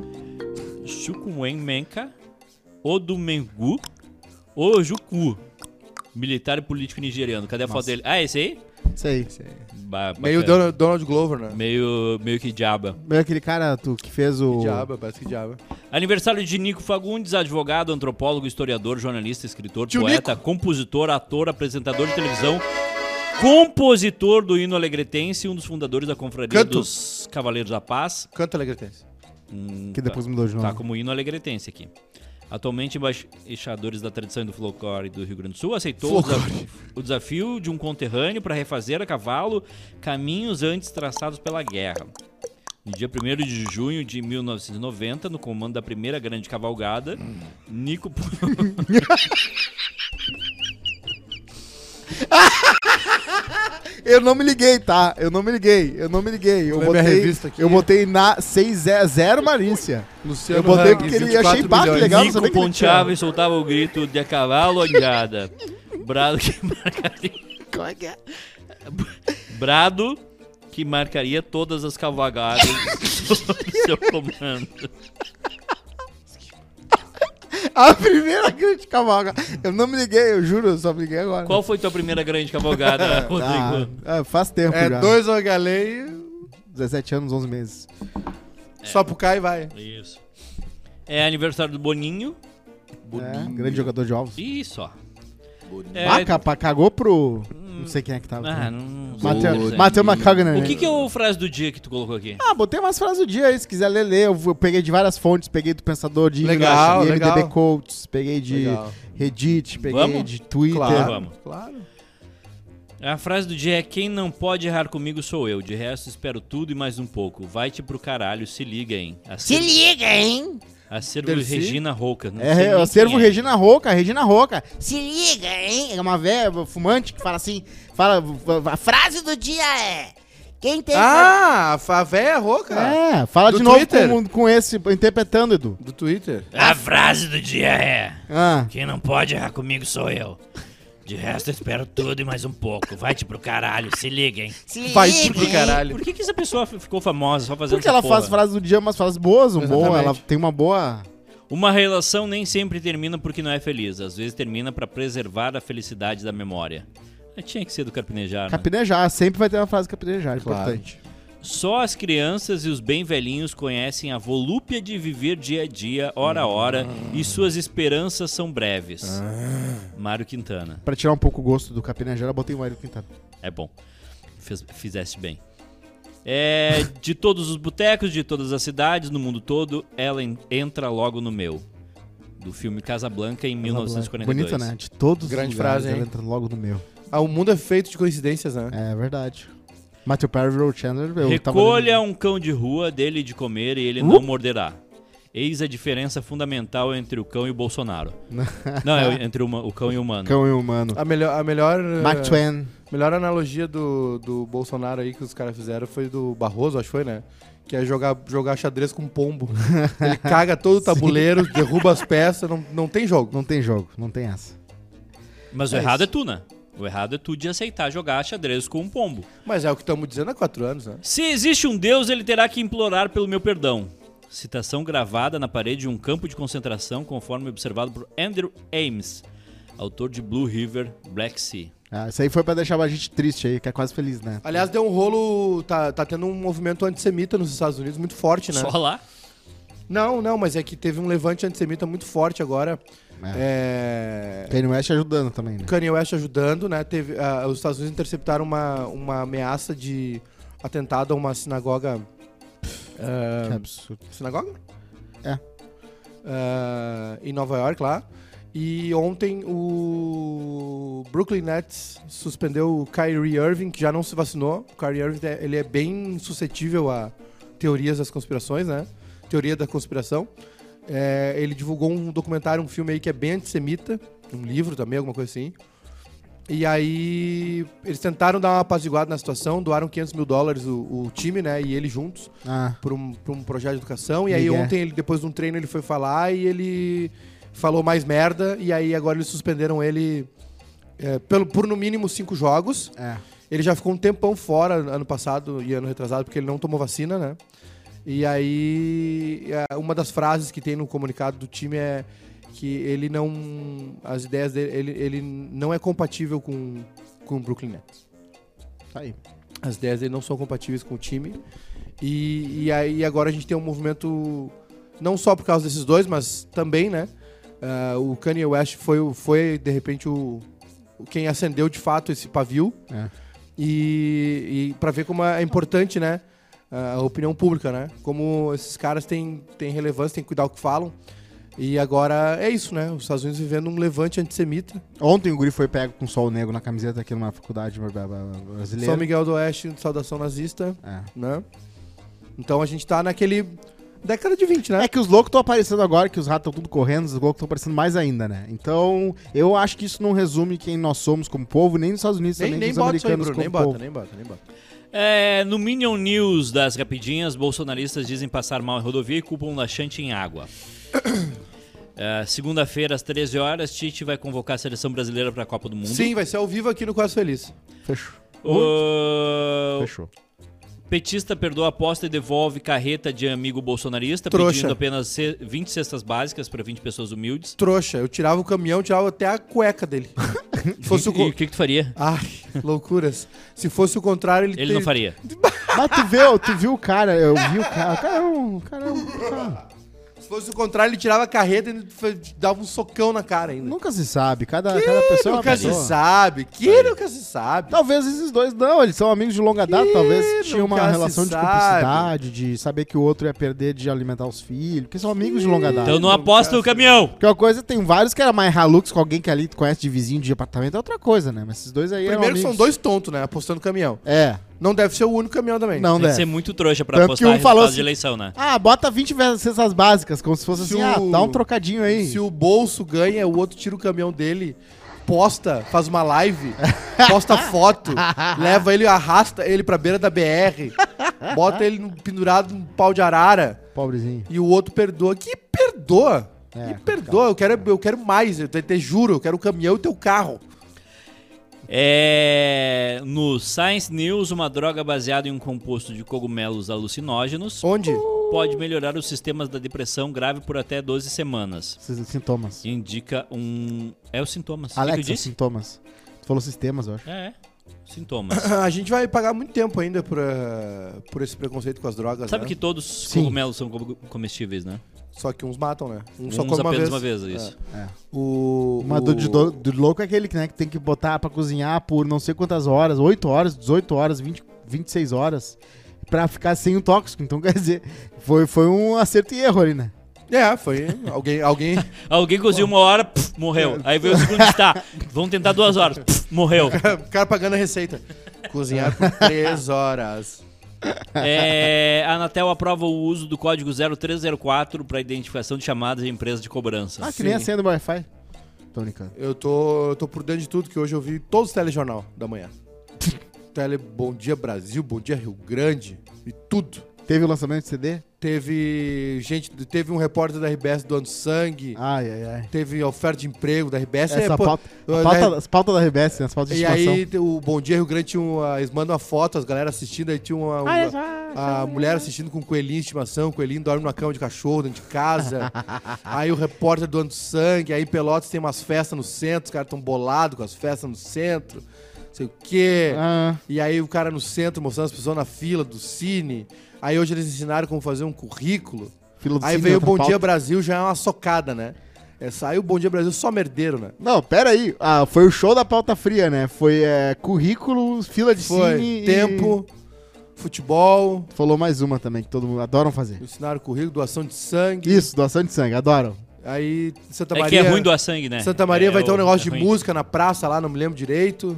Speaker 2: Chukwumeka Odumengu Ojukwu, militar e político nigeriano. Cadê a foto dele? Ah, esse aí?
Speaker 3: Isso aí.
Speaker 2: Ba-
Speaker 1: Meio
Speaker 2: bacana.
Speaker 1: Donald, Donald Glover, né?
Speaker 2: meio, meio que diaba.
Speaker 3: Meio É aquele cara tu, que fez o.
Speaker 1: Diaba, parece que diaba.
Speaker 2: Aniversário de Nico Fagundes, advogado, antropólogo, historiador, jornalista, escritor,
Speaker 1: Tio
Speaker 2: poeta, compositor, ator, apresentador de televisão, compositor do hino alegretense e um dos fundadores da confraria
Speaker 1: Canto.
Speaker 2: dos Cavaleiros da Paz.
Speaker 1: Canta alegretense.
Speaker 2: Hum,
Speaker 3: Que
Speaker 2: tá-
Speaker 3: depois mudou de
Speaker 2: Tá
Speaker 3: nome.
Speaker 2: como hino alegretense aqui. Atualmente, embaixadores da tradição e do folclore do Rio Grande do Sul aceitou o, desaf- o desafio de um conterrâneo para refazer a cavalo caminhos antes traçados pela guerra. No dia 1 de junho de 1990, no comando da primeira grande cavalgada, Nico.
Speaker 3: Eu não me liguei, tá? Eu não me liguei. Eu não me liguei. Eu
Speaker 1: Lembra a
Speaker 3: botei,
Speaker 1: revista aqui?
Speaker 3: eu botei na 6 zero malícia.
Speaker 1: Luciano
Speaker 3: Eu botei
Speaker 1: Hang,
Speaker 3: porque ele
Speaker 1: 24
Speaker 3: achei bato
Speaker 1: milhões.
Speaker 3: legal. não
Speaker 2: Nico
Speaker 3: sabia que ele
Speaker 2: ponteava e soltava o grito de a cavalo olhada. Brado que marcaria.
Speaker 5: Como é que é?
Speaker 2: Brado que marcaria todas as cavalgadas sob seu comando.
Speaker 3: A primeira grande cavalga. Eu não me liguei, eu juro, eu só me liguei agora.
Speaker 2: Qual foi tua primeira grande cavalgada,
Speaker 3: Ah,
Speaker 2: Rodrigo?
Speaker 3: ah, faz tempo
Speaker 1: É
Speaker 3: já.
Speaker 1: dois Ogalei,
Speaker 3: 17 anos, 11 meses. É,
Speaker 2: É.
Speaker 1: só pro cá e vai.
Speaker 3: Tá.
Speaker 2: Isso. É aniversário do Boninho.
Speaker 3: É, grande jogador de ovos.
Speaker 2: Ih, só. É,
Speaker 3: Ah, capa, cagou pro... Não sei quem é que tava.
Speaker 2: Ah, não- não sei, não
Speaker 3: Mateu,
Speaker 2: sei.
Speaker 3: Mateu McCagnan.
Speaker 2: O que, que é o frase do dia que tu colocou aqui?
Speaker 3: Ah, botei umas frases do dia aí, se quiser ler, lê. Eu, eu peguei de várias fontes, peguei do Pensador de
Speaker 1: Legal,
Speaker 3: Ignorância, IMDB
Speaker 1: legal.
Speaker 3: Coaches, peguei de
Speaker 1: Legal.
Speaker 3: Reddit, peguei
Speaker 2: Vamos?
Speaker 3: de Twitter.
Speaker 1: Claro,
Speaker 2: Então vamos.
Speaker 1: claro.
Speaker 2: A frase do dia é: Quem não pode errar comigo sou eu. De resto, espero tudo e mais um pouco. Vai-te pro caralho, se liga, hein?
Speaker 5: Se
Speaker 2: Acervo,
Speaker 5: liga, hein?
Speaker 2: acervo
Speaker 1: Dercy?
Speaker 2: Regina Rouca. Não sei
Speaker 3: É,
Speaker 2: nem
Speaker 3: o acervo
Speaker 2: quem é.
Speaker 3: Regina Roca, Regina Roca.
Speaker 5: Se liga, hein?
Speaker 3: É uma velha fumante que fala assim, fala...
Speaker 5: A frase do dia é... Quem tem...
Speaker 1: Ah, a véia rouca.
Speaker 3: É, fala
Speaker 1: Do
Speaker 3: de novo
Speaker 1: Twitter?
Speaker 3: com, com esse, interpretando, Edu.
Speaker 1: Do Twitter.
Speaker 2: A frase do dia é.
Speaker 3: Ah,
Speaker 2: Quem não pode errar comigo sou eu. De resto, eu espero tudo e mais um pouco. Vai-te pro caralho, se liga, hein?
Speaker 5: Se
Speaker 1: Vai
Speaker 5: liga,
Speaker 1: tudo pro
Speaker 5: hein?
Speaker 1: caralho.
Speaker 2: Por que, que essa pessoa f- ficou famosa só fazendo
Speaker 3: porque ela
Speaker 2: essa porra?
Speaker 3: faz frases do dia, umas frases boas, um bom,
Speaker 1: Exatamente.
Speaker 3: ela tem uma boa...
Speaker 2: Uma relação nem sempre termina porque não é feliz. Às vezes termina pra preservar a felicidade da memória. É, Tinha que ser do Carpinejar, né?
Speaker 3: Capinejar, sempre vai ter uma frase capinejar,
Speaker 1: Claro.
Speaker 3: importante.
Speaker 2: Só as crianças e os bem velhinhos conhecem a volúpia de viver dia a dia, hora a hora, e suas esperanças são breves. Mário Quintana.
Speaker 3: Pra tirar um pouco o gosto do capinejar, eu botei o Mário Quintana. Tá né?
Speaker 2: É bom. Fez- fizeste bem. É, de todos os botecos, de todas as cidades, no mundo todo, ela en- entra logo no meu. Do filme Casablanca em 1942.
Speaker 3: Bonita, né? De todos
Speaker 1: Grande
Speaker 3: os lugares,
Speaker 1: frase,
Speaker 3: ela
Speaker 1: hein?
Speaker 3: entra logo no meu.
Speaker 1: Ah, o mundo é feito de coincidências, né?
Speaker 3: É verdade. Matthew Perry virou Chandler. Eu tava Uh!
Speaker 2: Recolha
Speaker 3: lendo.
Speaker 2: um cão de rua dele de comer e ele não morderá. Eis a diferença fundamental entre o cão e o Bolsonaro. não, é entre uma- o cão e o humano.
Speaker 3: um Cão e humano.
Speaker 1: A melhor, a melhor,
Speaker 3: Mark
Speaker 1: eh,
Speaker 3: Twain.
Speaker 1: melhor analogia do, do Bolsonaro aí que os caras fizeram foi do Barroso, acho que foi, né? Que é jogar, jogar xadrez com pombo. Ele caga todo o tabuleiro, derruba as peças, não, não tem jogo.
Speaker 3: Não tem jogo, não tem essa.
Speaker 2: Mas o errado é tu, né? O errado é tu de aceitar jogar xadrez com um pombo.
Speaker 1: Mas é o que estamos dizendo há quatro anos, né?
Speaker 2: Se existe um Deus, ele terá que implorar pelo meu perdão. Citação gravada na parede de um campo de concentração, conforme observado por Andrew Ames, autor de Blue River, Black Sea.
Speaker 3: Ah, isso aí foi pra deixar a gente triste aí, que é quase feliz, né?
Speaker 1: Aliás, deu um rolo. Tá, tá tendo um movimento antissemita nos Estados Unidos muito forte, né?
Speaker 2: Só lá?
Speaker 1: Não, não, mas é que teve um levante antissemita muito forte agora. É.
Speaker 3: Kanye West ajudando também, né?
Speaker 1: Kanye West ajudando, né? Teve, ah, os Estados Unidos interceptaram uma, uma ameaça de atentado a uma sinagoga. ah,
Speaker 3: Que absurdo.
Speaker 1: sinagoga?
Speaker 3: É.
Speaker 1: Ah, em Nova York, lá. E ontem o Brooklyn Nets suspendeu o Kyrie Irving, que já não se vacinou. O Kyrie Irving é- ele é bem suscetível a teorias das conspirações, né? Teoria da conspiração. É, ele divulgou um documentário, um filme aí que é bem antissemita, um livro também, alguma coisa assim. E aí eles tentaram dar uma apaziguada na situação, doaram 500 mil dólares o- o time, né? E ele juntos
Speaker 3: Ah,
Speaker 1: para um, pra um projeto de educação. E aí
Speaker 3: Miguel.
Speaker 1: ontem, ele, depois de um treino, ele foi falar e ele falou mais merda. E aí agora eles suspenderam ele é, pelo, por no mínimo cinco jogos.
Speaker 3: é.
Speaker 1: Ele já ficou um tempão fora ano passado e ano retrasado, porque ele não tomou vacina, né? E aí, é, uma das frases que tem no comunicado do time é que ele não. As ideias dele. Ele, ele não é compatível com, com o Brooklyn Nets
Speaker 3: Tá aí.
Speaker 1: as ideias dele não são compatíveis com o time. E, e aí agora a gente tem um movimento, não só por causa desses dois, mas também, né? Ah, o Kanye West foi, o- foi de repente, o, o- quem acendeu de fato esse pavio.
Speaker 3: É.
Speaker 1: E, e para ver como é importante, né? A opinião pública, né? Como esses caras têm, têm relevância, têm que cuidar o que falam. E agora é isso, né? Os Estados Unidos vivendo um levante antissemita.
Speaker 3: Ontem o Guri foi pego com sol negro na camiseta aqui numa faculdade brasileira.
Speaker 1: São Miguel do Oeste, saudação nazista.
Speaker 3: É.
Speaker 1: né? Então a gente tá naquele década de 20, né?
Speaker 3: É que os loucos estão aparecendo agora, que os ratos estão tudo correndo, os loucos estão aparecendo mais ainda, né? Então, eu acho que isso não resume quem nós somos como povo, nem nos Estados Unidos,
Speaker 1: nem
Speaker 3: nem,
Speaker 1: nem
Speaker 3: nos
Speaker 1: bota isso aí,
Speaker 3: americanos
Speaker 1: Bruno, nem
Speaker 3: como
Speaker 1: bota,
Speaker 3: povo.
Speaker 1: nem bota, nem bota.
Speaker 2: É, no Minion News das rapidinhas, bolsonaristas dizem passar mal em rodovia e culpam um laxante em água. É, Segunda-feira, às 13 horas, Tite vai convocar a seleção brasileira para a Copa do Mundo.
Speaker 1: Sim, vai ser ao vivo aqui no Quase Feliz.
Speaker 3: Fechou.
Speaker 2: O
Speaker 3: Fechou.
Speaker 2: Ah, petista perdoa a aposta e devolve carreta de amigo bolsonarista,
Speaker 1: Trouxa.
Speaker 2: pedindo apenas ce- 20 cestas básicas para 20 pessoas humildes.
Speaker 1: Trouxa, eu tirava o caminhão, tirava até a cueca dele. Se fosse o
Speaker 2: E o
Speaker 1: co-
Speaker 2: que, que tu faria?
Speaker 1: Ai, loucuras. Se fosse o contrário, ele
Speaker 2: Ele não faria.
Speaker 1: né?
Speaker 3: Mas tu viu, tu viu o cara, eu vi o cara. O cara é um. o cara é um- cara.
Speaker 1: Se fosse o contrário, ele tirava a carreta e fa- dava um socão na cara ainda.
Speaker 3: Nunca se sabe, cada, cada pessoa é uma
Speaker 1: nunca se
Speaker 3: pessoa.
Speaker 1: sabe. Que nunca se sabe.
Speaker 3: Talvez esses dois não, eles são amigos de longa data, talvez tinha uma
Speaker 1: nunca se
Speaker 3: relação de
Speaker 1: sabe.
Speaker 3: cumplicidade, de saber que o outro ia perder de alimentar os filhos, porque são amigos de longa data.
Speaker 2: Então não
Speaker 3: tá
Speaker 2: aposta no caminhão.
Speaker 3: Porque uma coisa, tem vários que era mais Hilux com alguém que ali tu conhece de vizinho de apartamento, é outra coisa, né? Mas esses dois aí eram
Speaker 1: Primeiro que são
Speaker 3: amigos.
Speaker 1: dois tontos, né? Apostando no caminhão.
Speaker 3: É,
Speaker 1: Não deve ser o único caminhão também.
Speaker 3: não
Speaker 2: Tem que
Speaker 3: deve.
Speaker 2: ser muito trouxa para
Speaker 3: Tanto
Speaker 2: apostar
Speaker 3: que um
Speaker 2: resultado
Speaker 3: falou
Speaker 2: de
Speaker 3: assim-
Speaker 2: eleição, né?
Speaker 3: Ah, bota 20 vezes cestas básicas, como se fosse
Speaker 1: Se
Speaker 3: assim,
Speaker 1: o-
Speaker 3: ah, dá um trocadinho aí.
Speaker 1: Se o bolso ganha, o outro tira o caminhão dele, posta, faz uma live, posta foto, leva ele, arrasta ele pra beira da BR, bota ele no- pendurado num pau de arara
Speaker 3: Pobrezinho.
Speaker 1: e o outro perdoa. Que perdoa?
Speaker 3: É,
Speaker 1: que perdoa, eu quero, eu quero mais, eu te, te juro, eu quero o caminhão e o teu carro.
Speaker 2: É, no Science News, uma droga baseada em um composto de cogumelos alucinógenos
Speaker 1: Onde?
Speaker 2: pode melhorar os sistemas da depressão grave por até 12 semanas.
Speaker 3: Esses Sintomas.
Speaker 2: Indica um. É os sintomas. O que que eu
Speaker 3: Alexa,
Speaker 2: disse?
Speaker 3: sintomas. Tu falou sistemas, eu acho.
Speaker 2: É, é. Sintomas.
Speaker 1: A gente vai pagar muito tempo ainda por, ah, por esse preconceito com as drogas,
Speaker 2: Sabe
Speaker 1: né?
Speaker 2: que todos os
Speaker 3: Sim.
Speaker 2: cogumelos são co- comestíveis, né?
Speaker 1: Só que uns matam, né? Um só
Speaker 2: Uns
Speaker 1: come uma vez.
Speaker 2: apenas
Speaker 1: É.
Speaker 2: uma vez, isso.
Speaker 1: O,
Speaker 3: Uma
Speaker 1: o...
Speaker 3: do, de do- do louco é aquele que, né, que tem que botar pra cozinhar por não sei quantas horas, 8 horas, 18 horas, 20, 26 horas, pra ficar sem o tóxico. Então, quer dizer, foi, foi um acerto e erro ali, né?
Speaker 1: É, foi alguém... alguém...
Speaker 2: Ah, Alguém cozinhou uma hora, pff,
Speaker 1: É.
Speaker 2: morreu. Aí veio o segundo, tá. Vamos tentar duas horas, pff, morreu.
Speaker 1: o cara pagando a receita. Cozinhar por três horas.
Speaker 2: É, a Anatel aprova o uso do código 0304 para identificação de chamadas de empresas de cobrança.
Speaker 3: Ah, que nem a senha do Wi-Fi. Tô brincando.
Speaker 1: Eu tô, eu tô por dentro de tudo, que hoje eu vi todos os telejornal da manhã. Tele Bom Dia Brasil, Bom Dia Rio Grande e tudo.
Speaker 3: Teve o lançamento de CD?
Speaker 1: Teve gente, teve um repórter da RBS doando sangue,
Speaker 3: Ai, ai, ai.
Speaker 1: teve oferta de emprego da RBS.
Speaker 3: Essa
Speaker 1: é, pô,
Speaker 3: pauta, a
Speaker 1: é,
Speaker 3: pauta, as pautas da RBS, né? as pautas de
Speaker 1: E
Speaker 3: estimação.
Speaker 1: aí, te- o Bom Dia Rio Grande tinha uma, eles mandam uma foto, as galera assistindo, aí tinha
Speaker 3: Ah,
Speaker 1: uma,
Speaker 3: é
Speaker 1: uma- a mulher assistindo com um coelhinho de estimação, o coelhinho dorme numa cama de cachorro dentro de casa. aí o repórter doando sangue, aí em Pelotas tem umas festas no centro, os caras tão bolados com as festas no centro, não sei o quê.
Speaker 3: Ah,
Speaker 1: E aí o cara no centro mostrando as pessoas na fila do cine. Aí hoje eles ensinaram como fazer um currículo.
Speaker 3: fila do
Speaker 1: Aí
Speaker 3: Cine,
Speaker 1: veio o
Speaker 3: outra
Speaker 1: Bom Dia
Speaker 3: pauta.
Speaker 1: Brasil, já é uma socada, né? É, saiu o Bom Dia Brasil só merdeiro, né?
Speaker 3: Não, pera aí. Ah, foi o show da pauta fria, né? Foi é, currículo, fila de
Speaker 1: Foi
Speaker 3: cine e-
Speaker 1: tempo, futebol,
Speaker 3: Falou mais uma também, que todo mundo adoram fazer.
Speaker 1: ensinaram currículo, doação de sangue.
Speaker 3: Isso, doação de sangue, adoram.
Speaker 1: Aí Santa
Speaker 2: É
Speaker 1: Maria.
Speaker 2: que é ruim doar sangue, né?
Speaker 1: Santa Maria
Speaker 2: É,
Speaker 1: vai ter
Speaker 2: o-
Speaker 1: um negócio
Speaker 2: é
Speaker 1: de
Speaker 2: ruim.
Speaker 1: música na praça lá, não me lembro direito.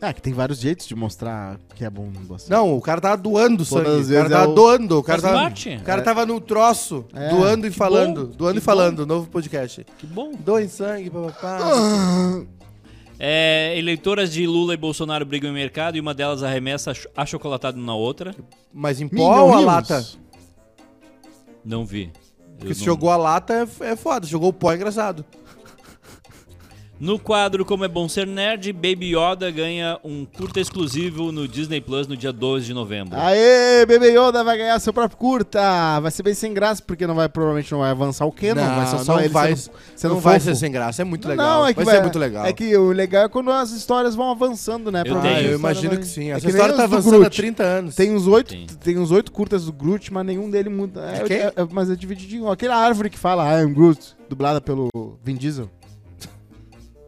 Speaker 3: Ah, que tem vários jeitos de mostrar que é bom doação.
Speaker 1: Não, o cara tava doando sangue. O
Speaker 3: as
Speaker 1: cara
Speaker 3: vezes é
Speaker 1: tava
Speaker 3: o-
Speaker 1: doando. O cara tá?
Speaker 2: Faz
Speaker 1: tava,
Speaker 2: parte.
Speaker 1: o cara tava no troço,
Speaker 3: É.
Speaker 1: doando e falando.
Speaker 2: bom,
Speaker 1: doando e
Speaker 2: que
Speaker 1: falando, novo podcast.
Speaker 2: Que bom.
Speaker 1: Doem sangue, papapá.
Speaker 3: Ah,
Speaker 2: É, eleitoras de Lula e Bolsonaro brigam em mercado e uma delas arremessa acho- achocolatado na outra.
Speaker 1: Mas em
Speaker 3: Minion
Speaker 1: pó ou a
Speaker 3: Rios.
Speaker 1: lata?
Speaker 2: Não vi. Eu
Speaker 1: Porque se
Speaker 2: não-
Speaker 1: jogou a lata é, f- é foda, jogou o pó é engraçado.
Speaker 2: No quadro Como é Bom Ser Nerd, Baby Yoda ganha um curta exclusivo no Disney Plus no dia 12 de novembro.
Speaker 3: Ah, Aê, Bebê Yoda vai ganhar seu próprio curta. Vai ser bem sem graça, porque não vai, provavelmente não vai avançar o Canon, vai ser só
Speaker 1: não
Speaker 3: ele
Speaker 1: vai,
Speaker 3: sendo,
Speaker 1: não,
Speaker 3: sendo
Speaker 1: vai
Speaker 3: fofo.
Speaker 1: ser sem graça, é muito
Speaker 3: Não,
Speaker 1: legal.
Speaker 3: não, é que
Speaker 1: vai, ser muito legal.
Speaker 3: É que o legal é quando as histórias vão avançando,
Speaker 2: Eu
Speaker 3: né?
Speaker 1: Ah,
Speaker 2: tenho.
Speaker 3: Provavelmente a
Speaker 1: eu
Speaker 3: história
Speaker 1: imagino
Speaker 3: vai-
Speaker 1: que sim.
Speaker 3: É
Speaker 1: Essa
Speaker 3: que nem
Speaker 1: história
Speaker 3: os
Speaker 1: tá
Speaker 3: do
Speaker 1: avançando há
Speaker 3: Groot.
Speaker 1: 30 anos.
Speaker 3: Tem uns oito,
Speaker 2: Sim.
Speaker 3: tem uns oito curtas do Groot, mas nenhum dele muda.
Speaker 1: De quem?
Speaker 3: É, é- é- mas é dividido em aquela árvore que fala I am Groot, dublada pelo Vin Diesel.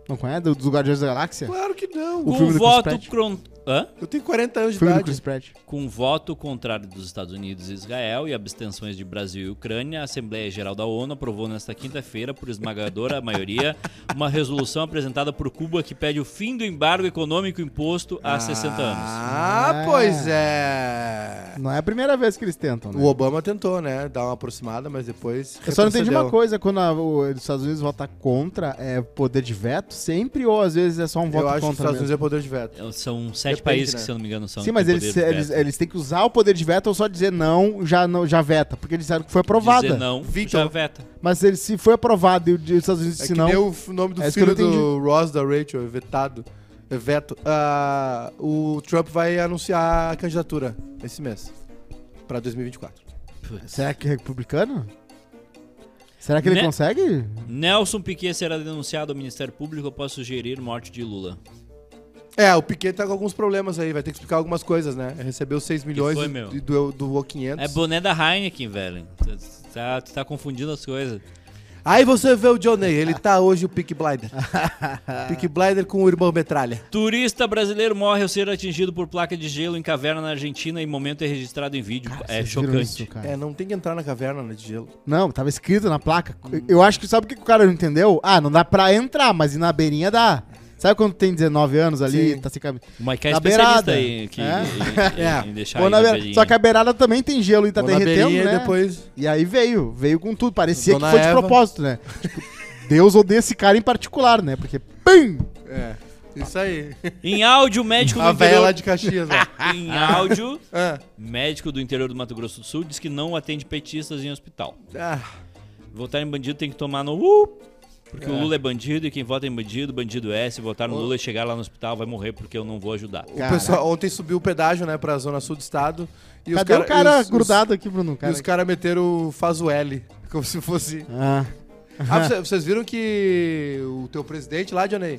Speaker 3: Não conhece? Do- Dos Guardiões da Galáxia?
Speaker 1: Claro que não.
Speaker 3: o
Speaker 2: Com
Speaker 3: filme do Chris
Speaker 2: voto
Speaker 3: Pratt.
Speaker 2: cron- Hã?
Speaker 1: Eu tenho 40 anos
Speaker 3: O
Speaker 1: de
Speaker 3: filme do
Speaker 1: idade.
Speaker 3: Chris Pratt.
Speaker 2: Com voto contrário dos Estados Unidos e Israel e abstenções de Brasil e Ucrânia, a Assembleia Geral da ONU aprovou nesta quinta-feira, por esmagadora maioria, uma resolução apresentada por Cuba que pede o fim do embargo econômico imposto há 60 anos.
Speaker 1: Ah, pois é.
Speaker 3: Não é a primeira vez que eles tentam, né?
Speaker 1: O Obama tentou, né? Dar uma aproximada, mas depois.
Speaker 3: Eu só não entendi
Speaker 1: retrocedeu.
Speaker 3: uma coisa, quando a- o- os Estados Unidos vota contra, é poder de veto sempre ou às vezes é só um
Speaker 1: Eu
Speaker 3: voto
Speaker 1: acho que os
Speaker 3: contra
Speaker 1: Estados
Speaker 3: mesmo?
Speaker 1: Unidos é poder de veto.
Speaker 2: São sete
Speaker 1: Depende,
Speaker 2: países
Speaker 1: né?
Speaker 2: que, se eu não me engano, são
Speaker 3: Sim, mas
Speaker 2: têm
Speaker 3: eles,
Speaker 2: Então, poder de
Speaker 3: eles, é
Speaker 2: veto.
Speaker 3: eles têm que usar o poder de veto ou só dizer não, já, não, já veta, porque eles disseram que foi aprovada.
Speaker 2: Dizer não,
Speaker 1: Victor.
Speaker 2: já veta.
Speaker 3: Mas se, ele- se foi aprovado e os Estados Unidos
Speaker 1: É
Speaker 3: disse
Speaker 1: que
Speaker 3: não...
Speaker 1: nem o f- nome do
Speaker 3: É isso que eu
Speaker 1: filho
Speaker 3: não
Speaker 1: do Ross da Rachel, é vetado. É veto. Ah, o Trump vai anunciar a candidatura esse mês. Pra 2024.
Speaker 3: Será que é republicano? Será que ele
Speaker 2: Né?
Speaker 3: consegue?
Speaker 2: Nelson Piquet será denunciado ao Ministério Público após sugerir morte de Lula.
Speaker 1: É, o Piquet tá com alguns problemas aí, vai ter que explicar algumas coisas, né? Recebeu 6 milhões
Speaker 2: foi,
Speaker 1: e-
Speaker 2: meu?
Speaker 1: e doou doou 500.
Speaker 2: É boné da Heineken, velho. Tu tá, tu tá confundindo as coisas.
Speaker 1: Aí você vê o Johnny, ele tá hoje o Pick Blinder. Pick Blinder com o irmão Metralha.
Speaker 2: Turista brasileiro morre ao ser atingido por placa de gelo em caverna na Argentina e momento é registrado em vídeo. é
Speaker 3: Vocês viram
Speaker 2: chocante.
Speaker 3: Ah, isso, cara?
Speaker 1: É, não tem que entrar na caverna né, de gelo.
Speaker 3: Não, tava escrito na placa.
Speaker 1: Hum.
Speaker 3: Eu acho que sabe o que que o cara não entendeu? Ah, não dá pra entrar, mas ir na beirinha dá. Sabe quando tem 19 anos ali,
Speaker 1: Sim.
Speaker 3: tá sem camisa?
Speaker 2: O Mike é
Speaker 3: Na
Speaker 2: especialista
Speaker 3: beirada.
Speaker 2: em, que,
Speaker 3: É?
Speaker 2: em- em-
Speaker 1: É.
Speaker 2: em deixar
Speaker 3: Ou
Speaker 2: aí
Speaker 3: na
Speaker 2: na
Speaker 3: beira-
Speaker 2: beirinha.
Speaker 3: Só que a beirada também tem gelo e tá
Speaker 1: Vou na
Speaker 3: derretendo,
Speaker 1: beirinha
Speaker 3: né?
Speaker 1: e depois...
Speaker 3: E aí veio, veio com tudo. Parecia
Speaker 1: Dona
Speaker 3: que foi de
Speaker 1: Eva.
Speaker 3: propósito, né? Tipo, Deus odeia esse cara em particular, né? Porque, pum!
Speaker 1: É, isso aí.
Speaker 2: Em áudio, médico do
Speaker 1: A velha lá
Speaker 2: interior...
Speaker 1: de Caxias, né?
Speaker 2: Em áudio,
Speaker 1: Ah,
Speaker 2: médico do interior do Mato Grosso do Sul diz que não atende petistas em hospital.
Speaker 1: ah,
Speaker 2: Votar em bandido tem que tomar no... Uh, Porque o Lula é bandido e quem vota em bandido, bandido é. Se votar no Lula e chegar lá no hospital, vai morrer porque eu não vou ajudar.
Speaker 1: O
Speaker 3: Cara.
Speaker 1: pessoal ontem subiu o pedágio, né, pra zona sul do estado. E
Speaker 3: Cadê
Speaker 1: os
Speaker 3: o cara
Speaker 1: e os-
Speaker 3: grudado aqui, Bruno? O
Speaker 1: E
Speaker 3: Cara...
Speaker 1: os caras meteram o faz o L, como se fosse.
Speaker 3: Ah.
Speaker 1: Ah, vocês- vocês viram que o teu presidente lá, Johnny,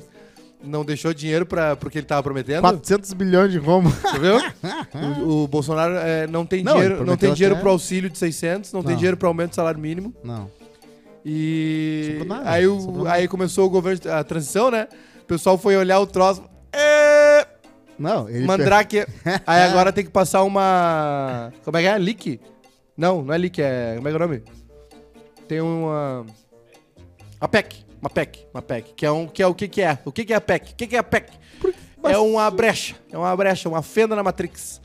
Speaker 1: não deixou dinheiro para porque ele tava prometendo?
Speaker 3: 400 bilhões de Roma.
Speaker 1: Você viu? O, o Bolsonaro é, não tem
Speaker 3: Não, ele
Speaker 1: dinheiro, não tem
Speaker 3: prometeu
Speaker 1: dinheiro
Speaker 3: até- Ah.
Speaker 1: pro auxílio de 600, não, tem
Speaker 3: Não.
Speaker 1: dinheiro para aumento do salário mínimo.
Speaker 3: Não.
Speaker 1: E
Speaker 3: Sobrou nada,
Speaker 1: aí, o-
Speaker 3: sobrou nada.
Speaker 1: aí começou o governo a transição, né? O pessoal foi olhar o troço. É,
Speaker 3: Não, ele.
Speaker 1: Mandrake. Aí agora tem que passar uma. Como é que é? Lick? Não, não é Lick, é. Como é que é o nome? Tem uma. A PEC. Uma PEC. Uma PEC. Que é, um, que é o que, que é? O que, que é a PEC? O que, que é a PEC? É uma brecha. É uma brecha, uma fenda na Matrix.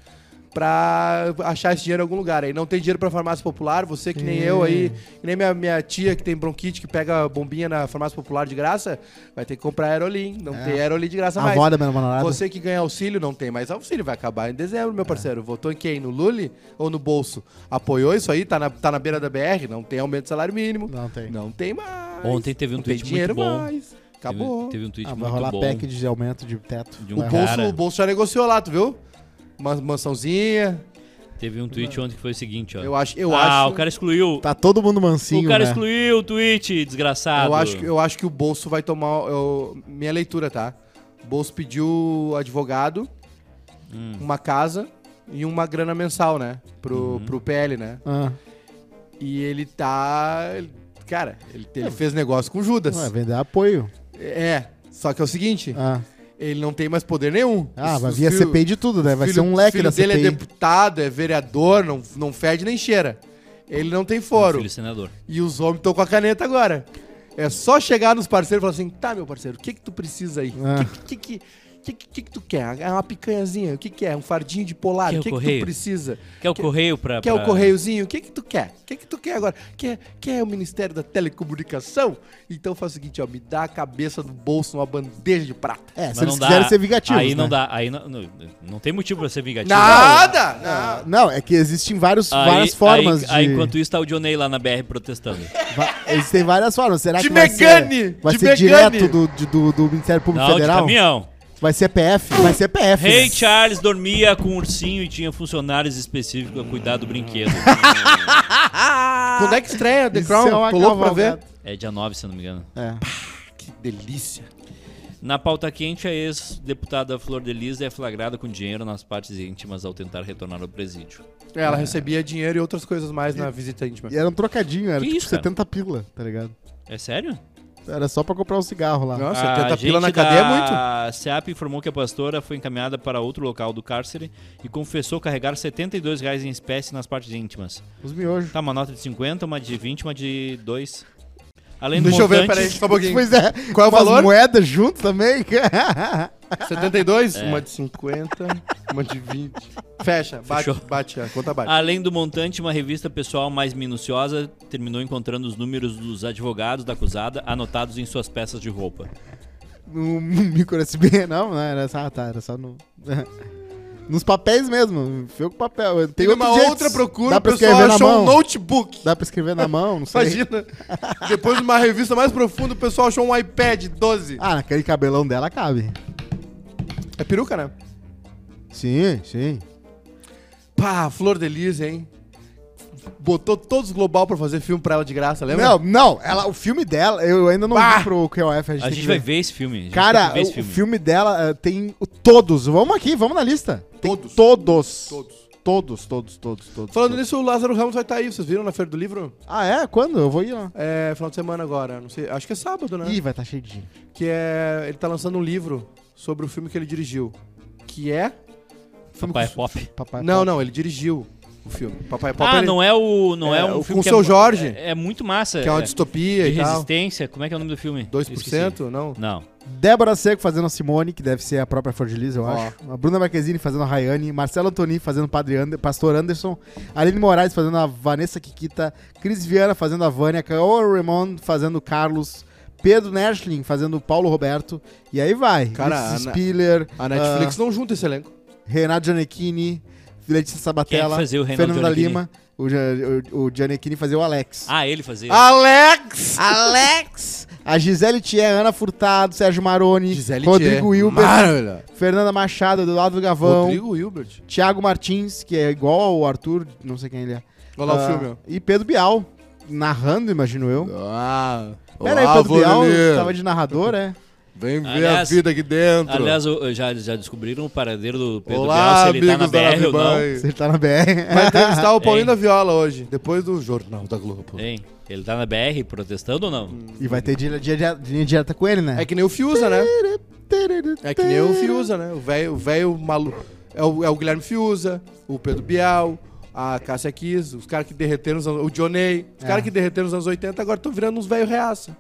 Speaker 1: Pra achar esse dinheiro em algum lugar. Aí não tem dinheiro pra farmácia popular, você que nem eu aí, que nem minha, minha tia que tem bronquite, que pega bombinha na farmácia popular de graça, vai ter que comprar aerolim. Não tem aerolim de graça
Speaker 3: É. A
Speaker 1: mais.
Speaker 3: avó da minha namorada.
Speaker 1: Você que ganha auxílio não tem mais auxílio, vai acabar em dezembro,
Speaker 3: É.
Speaker 1: meu parceiro. Votou em quem? No Lully ou no bolso? Apoiou isso aí? Tá na, tá na beira da BR? Não tem aumento de salário mínimo.
Speaker 3: Não tem.
Speaker 1: Não tem mais.
Speaker 2: Ontem teve um
Speaker 1: não tem
Speaker 2: tweet muito
Speaker 1: dinheiro
Speaker 2: bom.
Speaker 1: mais.
Speaker 2: Teve-
Speaker 1: Acabou.
Speaker 2: Teve, um tweet
Speaker 3: Ah, vai
Speaker 2: muito
Speaker 3: rolar
Speaker 2: bom.
Speaker 3: pack de aumento de teto.
Speaker 2: De um
Speaker 1: O,
Speaker 2: Cara.
Speaker 1: bolso, o bolso já negociou lá, tu viu? Uma mansãozinha.
Speaker 2: Teve um tweet ontem que foi o seguinte, ó.
Speaker 1: Eu acho, eu
Speaker 2: ah,
Speaker 1: acho.
Speaker 2: o cara excluiu.
Speaker 3: Tá todo mundo mansinho,
Speaker 2: o cara
Speaker 3: né?
Speaker 2: excluiu o tweet, desgraçado.
Speaker 1: Eu acho, que- eu acho que o bolso vai tomar. eu- minha leitura, tá? O bolso pediu advogado,
Speaker 2: Hum.
Speaker 1: uma casa e uma grana mensal, né? Pro,
Speaker 2: Uhum.
Speaker 1: pro PL, né?
Speaker 3: Ah,
Speaker 1: E ele tá. ele- Cara, ele, ele fez negócio com Judas.
Speaker 3: vai vender apoio.
Speaker 1: É. Só que é o seguinte,
Speaker 3: Ah,
Speaker 1: ele não tem mais poder nenhum.
Speaker 3: ah
Speaker 1: Os-
Speaker 3: vai
Speaker 1: os
Speaker 3: vir a
Speaker 1: filho-
Speaker 3: CPI de tudo, né? Vai
Speaker 1: filho-
Speaker 3: ser um leque
Speaker 1: filho
Speaker 3: da
Speaker 1: dele é
Speaker 3: CPI.
Speaker 1: deputado, é vereador, não, não fede nem cheira. Ele não tem
Speaker 2: Meu
Speaker 1: foro.
Speaker 2: Filho senador.
Speaker 1: E os homens estão com a caneta agora. É só chegar nos parceiros e falar assim: tá, meu parceiro, o que que tu precisa aí? O
Speaker 3: Ah.
Speaker 1: que, que, que, que, que que tu quer? É uma picanhazinha? O que que é? Um fardinho de polar?
Speaker 2: Quer
Speaker 1: O
Speaker 2: o
Speaker 1: que que tu
Speaker 2: correio?
Speaker 1: precisa?
Speaker 2: Quer o correio pra...
Speaker 1: Quer o
Speaker 2: pra-
Speaker 1: correiozinho? O que que tu quer? O que que tu quer agora? Quer, quer o Ministério da Telecomunicação? Então faz o seguinte, ó, me dá a cabeça do bolso numa bandeja de prata.
Speaker 3: É,
Speaker 2: Mas
Speaker 3: se eles
Speaker 2: não dá.
Speaker 3: quiserem ser vingativos.
Speaker 2: Aí não
Speaker 3: né?
Speaker 2: dá. Aí não, não, não tem motivo pra ser vingativo.
Speaker 1: Nada! Não.
Speaker 3: Não, é que existem vários,
Speaker 2: Aí-
Speaker 3: várias formas
Speaker 2: aí, aí,
Speaker 3: de.
Speaker 2: enquanto isso, tá o Johnny lá na BR protestando.
Speaker 3: va- Existem várias formas. Será
Speaker 1: De
Speaker 3: que vai
Speaker 1: Megane!
Speaker 3: ser, vai
Speaker 1: De
Speaker 3: ser
Speaker 1: Megane!
Speaker 3: direto do, de- do, do Ministério Público
Speaker 2: Não, de
Speaker 3: Federal?
Speaker 2: caminhão.
Speaker 3: Vai ser PF? Vai ser PF.
Speaker 2: Rei
Speaker 3: né?
Speaker 2: Charles dormia com um ursinho e tinha funcionários específicos a cuidar do brinquedo.
Speaker 1: Quando é que estreia The
Speaker 3: Isso
Speaker 1: Crown?
Speaker 3: é uma
Speaker 1: Tô louco pra ver.
Speaker 3: cavalgada.
Speaker 2: é dia 9, se eu não me engano.
Speaker 3: É.
Speaker 1: Que delícia.
Speaker 2: Na pauta quente, a ex-deputada Flor de Lis é flagrada com dinheiro nas partes íntimas ao tentar retornar ao presídio.
Speaker 1: Ela recebia dinheiro e outras coisas mais na visita íntima.
Speaker 3: E era um trocadinho, era
Speaker 2: Que
Speaker 3: tipo
Speaker 2: isso, cara?
Speaker 3: 70 pila, tá ligado?
Speaker 2: É sério?
Speaker 3: Era só pra comprar um cigarro lá.
Speaker 1: Nossa,
Speaker 2: A
Speaker 1: 70 pila na
Speaker 2: gente
Speaker 1: cadeia é
Speaker 2: da
Speaker 1: muito.
Speaker 2: SEAP informou que a pastora foi encaminhada para outro local do cárcere e confessou carregar R$ 72 reais em espécie nas partes íntimas.
Speaker 3: Os miojos.
Speaker 2: Tá, uma nota de 50, uma de 20, uma de 2. Além do
Speaker 1: Deixa eu ver,
Speaker 2: montante-
Speaker 1: peraí, só um pouquinho.
Speaker 3: Pois é.
Speaker 1: Qual é o
Speaker 3: umas
Speaker 1: valor?
Speaker 3: moedas junto também.
Speaker 1: 72?
Speaker 2: É.
Speaker 1: Uma de 50, uma de 20. Fecha, bate,
Speaker 2: Fechou.
Speaker 1: bate, a conta bate.
Speaker 2: Além do montante, uma revista pessoal mais minuciosa terminou encontrando os números dos advogados da acusada anotados em suas peças de roupa.
Speaker 3: no micro USB, não, não, era só, tá, era só no... Nos papéis mesmo, fio com papel. Tem
Speaker 1: Tem uma
Speaker 3: outros
Speaker 1: outra
Speaker 3: jeitos.
Speaker 1: procura,
Speaker 3: Dá
Speaker 1: o
Speaker 3: pra
Speaker 1: pessoal
Speaker 3: escrever na
Speaker 1: achou um
Speaker 3: mão.
Speaker 1: notebook.
Speaker 3: Dá pra escrever na mão, não sei.
Speaker 1: Imagina. Depois de uma revista mais profunda, o pessoal achou um iPad 12.
Speaker 3: Ah, naquele cabelão dela cabe.
Speaker 1: É peruca, né?
Speaker 3: Sim, sim.
Speaker 1: Pá, Flor de Lis, hein? Botou todos os Global pra fazer filme pra ela de graça, lembra?
Speaker 3: Não, não, ela, o filme dela, eu ainda não
Speaker 1: Bah!
Speaker 3: vi pro QOF, a gente,
Speaker 2: A
Speaker 3: tem
Speaker 2: gente
Speaker 3: que
Speaker 2: vai
Speaker 3: ver.
Speaker 2: ver esse filme. a gente tem
Speaker 3: Cara,
Speaker 2: que ver
Speaker 3: o
Speaker 2: esse
Speaker 3: filme, dela eh, tem o- todos. Vamos aqui, vamos na lista. Tem
Speaker 1: Todos.
Speaker 3: Todos.
Speaker 1: Todos.
Speaker 3: Todos, todos, todos, todos.
Speaker 1: Falando
Speaker 3: todos.
Speaker 1: nisso, o Lázaro Ramos vai estar aí. Vocês viram na Feira do Livro?
Speaker 3: Ah, é? Quando? Eu vou ir lá.
Speaker 1: É final de semana agora. Não sei. Acho que é sábado, né?
Speaker 3: Ih, vai estar cheio de gente.
Speaker 1: Que é. Ele tá lançando um livro sobre o filme que ele dirigiu. Que é.
Speaker 2: Papai é Pop.
Speaker 3: Papai.
Speaker 1: Não, não, ele dirigiu o filme. Papai Pop
Speaker 2: Ah,
Speaker 1: ele-
Speaker 2: não é o. Não é,
Speaker 1: É,
Speaker 2: um
Speaker 1: o
Speaker 2: filme
Speaker 1: Com
Speaker 2: que
Speaker 1: Seu
Speaker 2: é,
Speaker 1: Jorge.
Speaker 2: É, é muito massa.
Speaker 1: que é uma
Speaker 2: é,
Speaker 1: distopia
Speaker 2: de
Speaker 1: e tal.
Speaker 2: resistência. Como é que é o nome do filme?
Speaker 1: 2%, não?
Speaker 2: Esqueci. Não.
Speaker 3: Débora Seco fazendo a Simone, que deve ser a própria Flor de Lis, eu
Speaker 1: Ó.
Speaker 3: acho. A Bruna Marquezine fazendo a Rayane. Marcelo Antoni fazendo o Padre Ander, Pastor Anderson. Aline Moraes fazendo a Vanessa Kikita. Cris Viana fazendo a Vânia. Caoa Raymond fazendo o Carlos. Pedro Nerschlin fazendo o Paulo Roberto. E aí vai.
Speaker 1: Cara,
Speaker 3: Ulisses
Speaker 1: a na-
Speaker 3: Spiller.
Speaker 1: A Netflix não junta esse elenco.
Speaker 3: Renato Giannichini, Letícia
Speaker 2: Quem é
Speaker 3: Sabatella,
Speaker 2: que fazia o Renato
Speaker 3: Fernanda
Speaker 2: Giannichini?
Speaker 3: Lima, o, Gia- o, o Giannichini fazia o Alex.
Speaker 1: Ah,
Speaker 2: Ah, ele fazia.
Speaker 1: Alex!
Speaker 5: Alex!
Speaker 3: A A Gisele Thier, Ana Furtado, Sérgio Maroni,
Speaker 1: Gisele
Speaker 3: Rodrigo
Speaker 1: Thier.
Speaker 3: Hilbert,
Speaker 1: Maravilha.
Speaker 3: Fernanda Machado, Eduardo Gavão,
Speaker 1: Rodrigo Hilbert.
Speaker 3: Thiago Martins, que é igual ao Arthur, não sei quem ele é.
Speaker 1: Olha lá
Speaker 3: Ah,
Speaker 1: o filme.
Speaker 3: E Pedro Bial, narrando, imagino eu.
Speaker 1: Ah,
Speaker 3: Pera aí,
Speaker 1: olá,
Speaker 3: Pedro Bial
Speaker 1: Vanelli.
Speaker 3: tava de narrador, é?
Speaker 1: Vem ver
Speaker 2: Aliás-
Speaker 1: a vida aqui dentro.
Speaker 2: Aliás, o- já, já descobriram o paradeiro do Pedro
Speaker 1: olá,
Speaker 2: Bial, se ele tá na
Speaker 1: amigos da
Speaker 2: BR ou não.
Speaker 1: Navibai.
Speaker 3: Se ele tá na BR.
Speaker 1: Vai entrevistar o Paulinho
Speaker 2: Hein?
Speaker 1: da Viola hoje, depois do Jornal da Globo.
Speaker 2: Hein? Ele tá na BR protestando ou não?
Speaker 1: Hum.
Speaker 3: E vai ter dia- dia- dia- linha direta com ele, né?
Speaker 1: É que nem o Fiuza, né? É que nem o Fiuza, né? O velho o velho maluco. É o, é o Guilherme Fiuza, o Pedro Bial, a Cássia Kiss, os caras que derreteram nos anos, o Johnny,
Speaker 2: É.
Speaker 1: os caras que derreteram nos anos 80 agora estão virando uns velho reaça.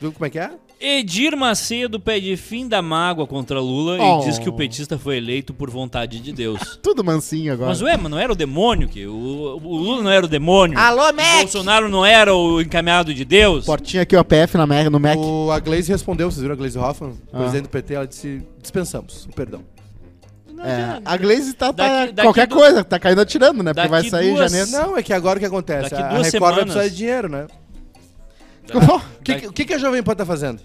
Speaker 1: Viu como é que é?
Speaker 2: Edir Macedo pede fim da mágoa contra Lula
Speaker 3: Oh.
Speaker 2: e diz que o petista foi eleito por vontade de Deus.
Speaker 3: Tudo mansinho agora.
Speaker 2: Mas ué, mas não era o demônio que o, o Lula não era o demônio.
Speaker 5: Alô,
Speaker 2: O
Speaker 5: Mac!
Speaker 2: Bolsonaro não era o encaminhado de Deus.
Speaker 3: Portinha aqui, ó, PF na Mac,
Speaker 2: É
Speaker 3: no Mac.
Speaker 1: O, a Glaze respondeu, vocês viram a Glaze Hoffman,
Speaker 3: Ah.
Speaker 1: presidente do PT, ela disse: dispensamos, o perdão.
Speaker 3: É, a Glaze tá, tá-
Speaker 2: Daqui- daqui
Speaker 3: qualquer
Speaker 2: du-
Speaker 3: coisa, tá caindo atirando, né?
Speaker 2: daqui
Speaker 3: Porque vai sair
Speaker 2: duas-
Speaker 3: em janeiro.
Speaker 1: Não, é que agora o que acontece?
Speaker 2: Daqui
Speaker 1: a
Speaker 2: duas
Speaker 1: Record vai
Speaker 2: semanas.
Speaker 1: precisar de dinheiro, né? O que, que- o que que a Jovem Pan tá fazendo?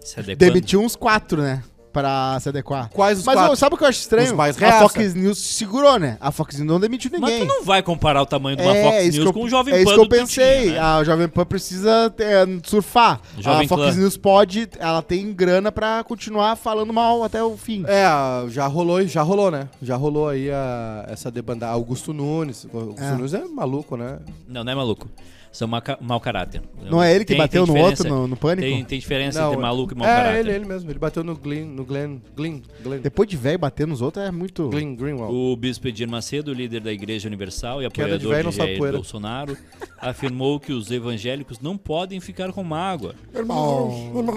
Speaker 2: Se adequando.
Speaker 3: Demitiu uns quatro, né? Pra se adequar.
Speaker 1: Quais os
Speaker 3: Mas
Speaker 1: quatro?
Speaker 3: ô, sabe o que eu acho
Speaker 1: Os
Speaker 3: estranho?
Speaker 1: mais
Speaker 3: a
Speaker 1: reaça.
Speaker 3: Fox News segurou, né? A Fox News não demitiu
Speaker 2: Mas
Speaker 3: ninguém.
Speaker 2: tu não vai comparar o tamanho de uma Fox
Speaker 3: isso
Speaker 2: News
Speaker 3: que eu-
Speaker 2: com o Jovem
Speaker 3: é
Speaker 2: Pan
Speaker 3: isso que eu
Speaker 2: do
Speaker 3: pensei.
Speaker 2: Tutinha, né?
Speaker 3: A Jovem Pan precisa é, surfar.
Speaker 2: Jovem
Speaker 3: a Fox
Speaker 2: Clã.
Speaker 3: News pode, ela tem grana pra continuar falando mal até o fim.
Speaker 1: É, a- já rolou, já rolou, né? Já rolou aí a, essa debandada. Augusto Nunes. O Augusto
Speaker 3: É.
Speaker 1: Nunes é maluco, né?
Speaker 2: Não, não é maluco. São mau ca- mau caráter.
Speaker 3: Não é ele que
Speaker 2: Tem-
Speaker 3: bateu
Speaker 2: tem
Speaker 3: no outro,
Speaker 2: diferença.
Speaker 3: no, no pânico?
Speaker 2: Tem, tem diferença
Speaker 1: Não,
Speaker 2: entre maluco e mau
Speaker 1: é,
Speaker 2: caráter.
Speaker 1: ele, ele mesmo. Ele bateu no Glenn, no Glenn, Glenn, Glenn,
Speaker 3: Depois de velho bater nos outros é muito.
Speaker 1: Glenn Greenwald.
Speaker 2: O bispo Edir Macedo, líder da Igreja Universal e
Speaker 1: Queda de
Speaker 2: apoiador
Speaker 1: véio
Speaker 2: de,
Speaker 1: não sabe
Speaker 2: Jair
Speaker 1: poeira.
Speaker 2: Bolsonaro, afirmou que os evangélicos não podem ficar com mágoa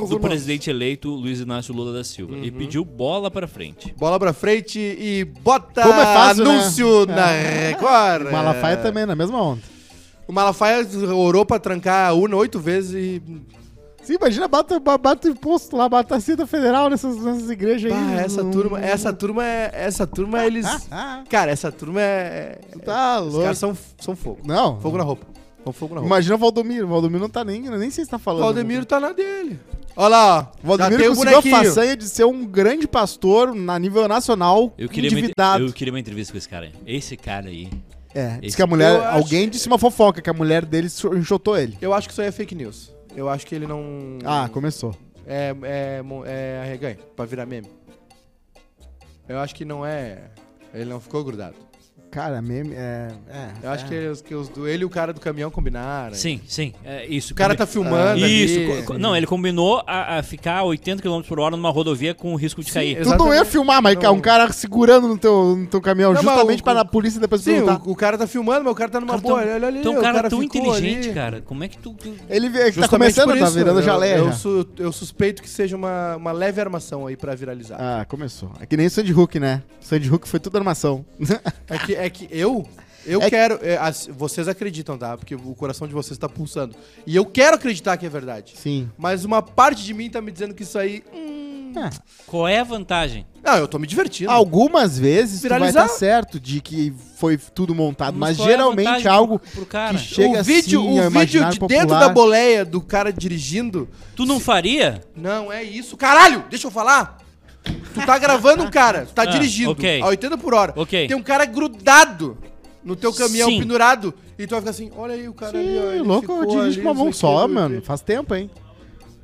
Speaker 2: do presidente eleito Luiz Inácio Lula da Silva
Speaker 1: Uhum.
Speaker 2: e pediu bola pra frente.
Speaker 1: Bola pra frente e bota
Speaker 3: Como é fácil, né?
Speaker 1: anúncio na
Speaker 3: É.
Speaker 1: Record.
Speaker 3: O
Speaker 2: é.
Speaker 3: Malafaia tá- também, é na mesma onda.
Speaker 1: O Malafaia orou pra trancar a urna oito vezes e.
Speaker 3: Sim, imagina, bata, ba- bata imposto lá, bata a cita federal nessas, nessas igrejas aí.
Speaker 1: Bah, essa
Speaker 3: Não-
Speaker 1: turma, essa turma é. Essa turma eles.
Speaker 3: Ah,
Speaker 1: Cara, essa turma é.
Speaker 3: tá
Speaker 1: Os
Speaker 3: louco.
Speaker 1: caras são, são fogo.
Speaker 3: Não.
Speaker 1: Fogo na roupa. São fogo na roupa.
Speaker 3: Imagina o Valdomiro. O Valdomiro não tá nem. Nem sei se tá
Speaker 1: O
Speaker 3: falando.
Speaker 1: Valdemiro tá na dele. Olha lá, ó. Já
Speaker 3: O
Speaker 1: tem
Speaker 3: Valdomiro
Speaker 1: o
Speaker 3: conseguiu a
Speaker 1: bonequinho.
Speaker 3: façanha de ser um grande pastor na nível nacional,
Speaker 2: Eu queria, uma,
Speaker 3: endividado.
Speaker 2: eu queria uma entrevista com esse cara. aí. Esse cara aí.
Speaker 3: É, diz
Speaker 2: Esse-
Speaker 3: que a mulher.
Speaker 1: Eu acho
Speaker 3: Alguém disse uma fofoca que a mulher dele so- enxotou ele.
Speaker 1: Eu acho que isso aí é fake news. Eu acho que ele não.
Speaker 3: Ah, começou.
Speaker 1: É, é, mo- é arreganho, pra virar meme. Eu acho que não é. Ele não ficou grudado.
Speaker 3: Cara, meme. É. é
Speaker 1: Eu acho
Speaker 3: é.
Speaker 1: que, os, que os, do- ele e o cara do caminhão combinaram.
Speaker 2: Sim, sim. É isso.
Speaker 1: O cara tá filmando.
Speaker 2: Isso.
Speaker 1: ali.
Speaker 2: co- co- Não, ele combinou a, a ficar a 80 km por hora numa rodovia com o risco de cair.
Speaker 3: Tu não ia
Speaker 1: Exatamente.
Speaker 3: filmar, mas
Speaker 1: Não.
Speaker 3: um cara segurando no teu, no teu caminhão,
Speaker 1: Não, mas
Speaker 3: justamente
Speaker 1: o-
Speaker 3: para a polícia depois
Speaker 1: Sim,
Speaker 3: perguntar.
Speaker 1: o, o cara tá filmando, mas o cara tá numa
Speaker 2: Cara,
Speaker 1: boa.
Speaker 2: tão-
Speaker 1: Olha ali,
Speaker 2: Então,
Speaker 1: o
Speaker 2: cara, tão
Speaker 1: ficou
Speaker 2: inteligente,
Speaker 1: ali.
Speaker 2: cara. Como é que tu. tu-
Speaker 3: Ele vê que tá
Speaker 1: Justamente
Speaker 3: começando,
Speaker 1: por
Speaker 3: tá
Speaker 1: isso,
Speaker 3: virando
Speaker 1: eu-
Speaker 3: jaleia.
Speaker 1: Eu,
Speaker 3: já.
Speaker 1: su- eu suspeito que seja uma, uma leve armação aí pra viralizar.
Speaker 3: Ah, começou. É que nem o Sandy Hook, né? Sandy Hook foi tudo armação.
Speaker 1: É que, é que eu. Eu
Speaker 3: É que-
Speaker 1: quero. é, as- vocês acreditam, tá? Porque o coração de vocês tá pulsando. E eu quero acreditar que é verdade.
Speaker 3: Sim.
Speaker 1: Mas uma parte de mim tá me dizendo que isso aí. hum,
Speaker 2: Qual é a vantagem?
Speaker 1: Não, Ah, eu tô me divertindo.
Speaker 3: Algumas vezes tu vai
Speaker 1: Viralizar.
Speaker 3: estar certo de que foi tudo
Speaker 1: Ah,
Speaker 3: montado, mas,
Speaker 2: qual é a
Speaker 3: geralmente
Speaker 2: vantagem
Speaker 3: é algo
Speaker 2: pro- pro cara.
Speaker 3: que chega
Speaker 1: o vídeo,
Speaker 3: assim ao
Speaker 1: o vídeo
Speaker 3: imaginário
Speaker 1: de
Speaker 3: popular.
Speaker 1: dentro da boleia do cara dirigindo.
Speaker 2: Tu não faria?
Speaker 1: Não é isso. Caralho, deixa eu falar. Tu tá gravando um cara, tu tá
Speaker 2: Ah,
Speaker 1: dirigindo
Speaker 2: ok.
Speaker 1: a 80 por hora.
Speaker 2: Ok.
Speaker 1: Tem um cara grudado no teu caminhão
Speaker 2: Sim.
Speaker 1: pendurado e tu vai ficar assim, olha aí o cara ali, ó,
Speaker 3: Ih,
Speaker 1: ele
Speaker 3: louco,
Speaker 1: ficou
Speaker 3: eu dirijo
Speaker 1: ali,
Speaker 3: com uma mão
Speaker 1: não sei o quê, não
Speaker 3: só,
Speaker 1: sei o
Speaker 3: mano.
Speaker 1: quê.
Speaker 3: Faz tempo, hein?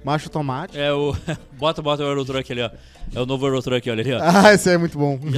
Speaker 3: Macho tomate.
Speaker 2: É o. Bota, bota o Eurotruck ali, ó. É o novo Eurotruck, olha ali, ó.
Speaker 3: Ah, esse aí é muito bom.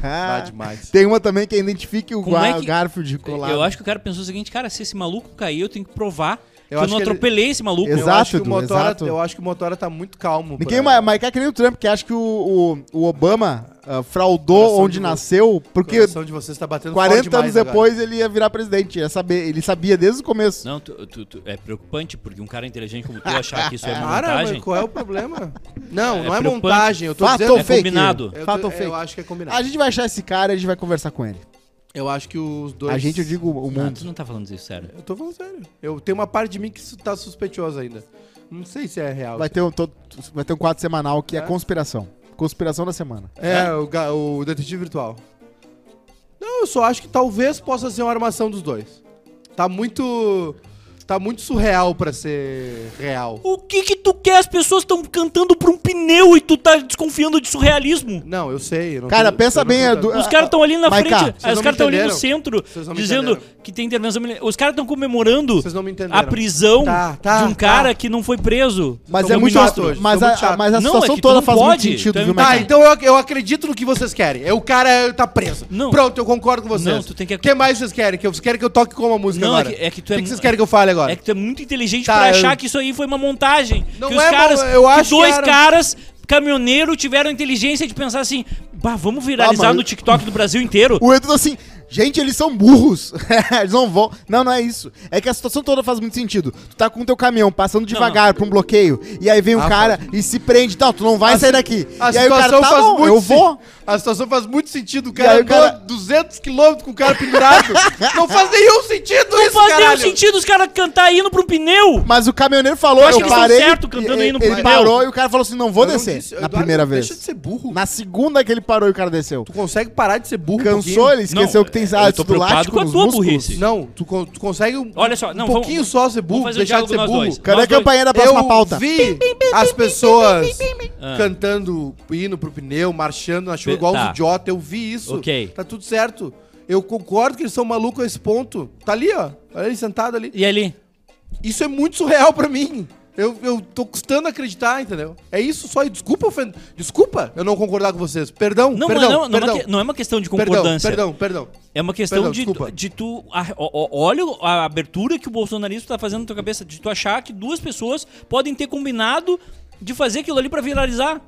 Speaker 1: Tá demais.
Speaker 3: Tem uma também que identifica o
Speaker 2: Como
Speaker 3: gua-
Speaker 2: é que-
Speaker 3: Garfield colado.
Speaker 2: Eu acho que o cara pensou o seguinte, cara, se esse maluco cair, eu tenho que provar
Speaker 1: Eu
Speaker 2: que eu
Speaker 1: acho
Speaker 2: não
Speaker 1: que ele-
Speaker 2: atropelei esse maluco.
Speaker 1: Eu
Speaker 3: Exato,
Speaker 1: acho que o
Speaker 3: Edu,
Speaker 1: Motora-
Speaker 3: exato.
Speaker 1: Eu acho que o Motora tá muito calmo. pra-
Speaker 3: Ninguém mais mas é que nem o Trump, que acha que o, o, o Obama ah, fraudou
Speaker 1: Coração
Speaker 3: onde
Speaker 1: de-
Speaker 3: nasceu,
Speaker 1: O
Speaker 3: porque
Speaker 1: coração de vocês tá batendo forte
Speaker 3: 40 anos
Speaker 1: demais agora.
Speaker 3: depois ele ia virar presidente. Ia saber, ele sabia desde o começo.
Speaker 2: Não, tu, tu- tu- é preocupante, porque um cara inteligente como tu achar que isso é uma
Speaker 1: Cara,
Speaker 2: montagem.
Speaker 1: mas qual é o problema? Não,
Speaker 2: É
Speaker 1: não é
Speaker 2: preocupante.
Speaker 1: montagem. Eu tô
Speaker 3: Fato
Speaker 1: dizendo.
Speaker 3: ou
Speaker 2: é
Speaker 3: fake?
Speaker 2: combinado.
Speaker 1: Eu,
Speaker 3: Fato
Speaker 1: tô,
Speaker 3: ou fake?
Speaker 1: eu acho que é combinado.
Speaker 3: A gente vai achar esse cara e a gente vai conversar com ele.
Speaker 1: Eu acho que os dois.
Speaker 3: A gente, eu digo o
Speaker 2: Não,
Speaker 3: mundo.
Speaker 2: tu não tá falando isso, sério.
Speaker 1: Eu tô falando sério. Eu tenho uma parte de mim que su- tá suspeitosa ainda. Não sei se é real.
Speaker 3: Vai ter um, todo- vai ter um quadro semanal que é,
Speaker 1: É.
Speaker 3: conspiração. Conspiração da semana.
Speaker 1: É, o, ga- o detetive virtual. Não, eu só acho que talvez possa ser uma armação dos dois. Tá muito. Tá muito surreal pra ser real.
Speaker 2: O que que tu quer? As pessoas estão cantando pra um pneu e tu tá desconfiando de surrealismo.
Speaker 1: Não, eu sei. eu não
Speaker 3: Cara,
Speaker 1: tô-
Speaker 3: pensa
Speaker 1: eu não
Speaker 3: bem, é
Speaker 1: tô
Speaker 3: Edu.
Speaker 1: tentando.
Speaker 2: Os caras estão ali na
Speaker 3: Vai
Speaker 2: frente,
Speaker 3: cá,
Speaker 2: aí
Speaker 1: Ah, vocês
Speaker 2: os
Speaker 1: não
Speaker 2: caras
Speaker 1: me
Speaker 2: estão ali no
Speaker 1: entenderam.
Speaker 2: centro,
Speaker 1: Vocês não me
Speaker 2: dizendo
Speaker 1: entenderam.
Speaker 2: que tem intervenção militar. Os caras estão comemorando
Speaker 1: Vocês não me entenderam.
Speaker 2: a prisão
Speaker 1: Tá, tá,
Speaker 2: de
Speaker 1: tá.
Speaker 2: um cara que não foi preso.
Speaker 3: Mas
Speaker 1: Tô
Speaker 3: é
Speaker 1: muito
Speaker 3: muito,
Speaker 1: chato hoje,
Speaker 3: mas,
Speaker 1: tô
Speaker 3: a,
Speaker 1: muito chato.
Speaker 3: mas a
Speaker 2: Não, é
Speaker 3: situação
Speaker 2: que tu
Speaker 3: toda
Speaker 2: não
Speaker 3: faz muito
Speaker 2: pode, tu
Speaker 3: sentido,
Speaker 2: é
Speaker 3: viu,
Speaker 1: Tá,
Speaker 3: Maicon?
Speaker 1: então eu, eu acredito no que vocês querem. É, O cara tá preso.
Speaker 2: Não.
Speaker 1: Pronto, eu concordo com vocês.
Speaker 2: Não, tu tem que-
Speaker 1: O que mais vocês querem? Que eu- Vocês querem que eu toque como a música
Speaker 2: Não, é
Speaker 1: agora?
Speaker 2: que- é que tu é
Speaker 1: O que,
Speaker 2: mu-
Speaker 1: vocês querem que eu fale agora?
Speaker 2: É que tu é muito inteligente
Speaker 1: Tá,
Speaker 2: pra
Speaker 1: eu-
Speaker 2: achar que isso aí foi uma montagem.
Speaker 1: Não
Speaker 2: que os
Speaker 1: é mo-
Speaker 2: caras,
Speaker 1: eu acho
Speaker 2: que
Speaker 1: que
Speaker 2: dois
Speaker 1: era-
Speaker 2: caras caminhoneiro tiveram a inteligência de pensar assim, bah, vamos viralizar
Speaker 3: Ah, mas-
Speaker 2: no TikTok do Brasil inteiro.
Speaker 3: O Edu tá assim, gente, eles são burros. eles não vão. Não, não é isso. É que a situação toda faz muito sentido. Tu tá com o teu caminhão passando devagar pra um bloqueio, e aí vem um
Speaker 1: Ah,
Speaker 3: cara e se prende. Não, tu não vai
Speaker 1: A-
Speaker 3: sair daqui.
Speaker 1: A
Speaker 3: e aí o
Speaker 1: situação
Speaker 3: cara, tá
Speaker 1: faz
Speaker 3: bom,
Speaker 1: muito
Speaker 3: eu
Speaker 1: sen-
Speaker 3: vou.
Speaker 1: A situação faz muito sentido. O
Speaker 3: E
Speaker 1: cara
Speaker 3: aí o
Speaker 1: andou
Speaker 3: cara-
Speaker 1: 200 quilômetros com o cara pendurado. não faz nenhum sentido isso,
Speaker 2: Faz nenhum
Speaker 1: caralho.
Speaker 2: sentido os caras cantar hino pra um pneu.
Speaker 3: Mas o caminhoneiro falou,
Speaker 2: Tu acha
Speaker 3: eu
Speaker 2: que eles tão
Speaker 3: parei.
Speaker 2: certo cantando
Speaker 3: e-
Speaker 2: hino pro
Speaker 3: ele
Speaker 2: pneu?
Speaker 3: parou e o cara falou assim, não vou
Speaker 1: Eu não
Speaker 3: descer.
Speaker 1: disse-
Speaker 3: na
Speaker 1: Eduardo,
Speaker 3: primeira vez.
Speaker 1: Deixa de ser burro.
Speaker 3: Na segunda que ele parou e o cara desceu.
Speaker 1: Tu consegue parar de ser burro um pouquinho?
Speaker 3: Cansou, ele esqueceu
Speaker 2: Não,
Speaker 3: que tem
Speaker 2: eu
Speaker 3: ácido
Speaker 2: tô preocupado
Speaker 3: lático
Speaker 2: com a
Speaker 3: nos
Speaker 2: tua
Speaker 3: músculos.
Speaker 2: burrice.
Speaker 1: Não, tu, con- tu consegue um,
Speaker 2: Olha só, não,
Speaker 1: um pouquinho
Speaker 2: vamos-
Speaker 1: só ser burro,
Speaker 2: vamos fazer um
Speaker 1: deixar de
Speaker 2: diálogo
Speaker 1: ser
Speaker 2: nós
Speaker 1: burro.
Speaker 2: dois.
Speaker 3: Cadê
Speaker 2: Nós
Speaker 3: a campainha da próxima
Speaker 1: eu
Speaker 3: pauta?
Speaker 1: vi as pessoas
Speaker 2: Ah.
Speaker 1: cantando hino pro pneu, marchando na chuva
Speaker 2: Pe-
Speaker 1: igual
Speaker 2: tá.
Speaker 1: os idiota. Eu vi isso.
Speaker 2: Ok.
Speaker 1: Tá tudo certo. Eu concordo que eles são malucos a esse ponto. Tá ali, ó. Olha ele sentado ali.
Speaker 2: E ali?
Speaker 1: Isso é muito surreal pra mim. Eu, eu tô custando acreditar, entendeu? É isso só. E desculpa, ofend... desculpa eu não concordar com vocês. Perdão,
Speaker 2: Não,
Speaker 1: perdão,
Speaker 2: mas não, não, é
Speaker 1: perdão.
Speaker 2: uma que- não é uma questão de
Speaker 1: Perdão,
Speaker 2: concordância.
Speaker 1: perdão, perdão.
Speaker 2: É uma questão
Speaker 1: Perdão,
Speaker 2: de,
Speaker 1: desculpa.
Speaker 2: de tu. a- o- o- olha a abertura que o bolsonarismo tá fazendo na tua cabeça, de tu achar que duas pessoas podem ter combinado de fazer aquilo ali pra viralizar.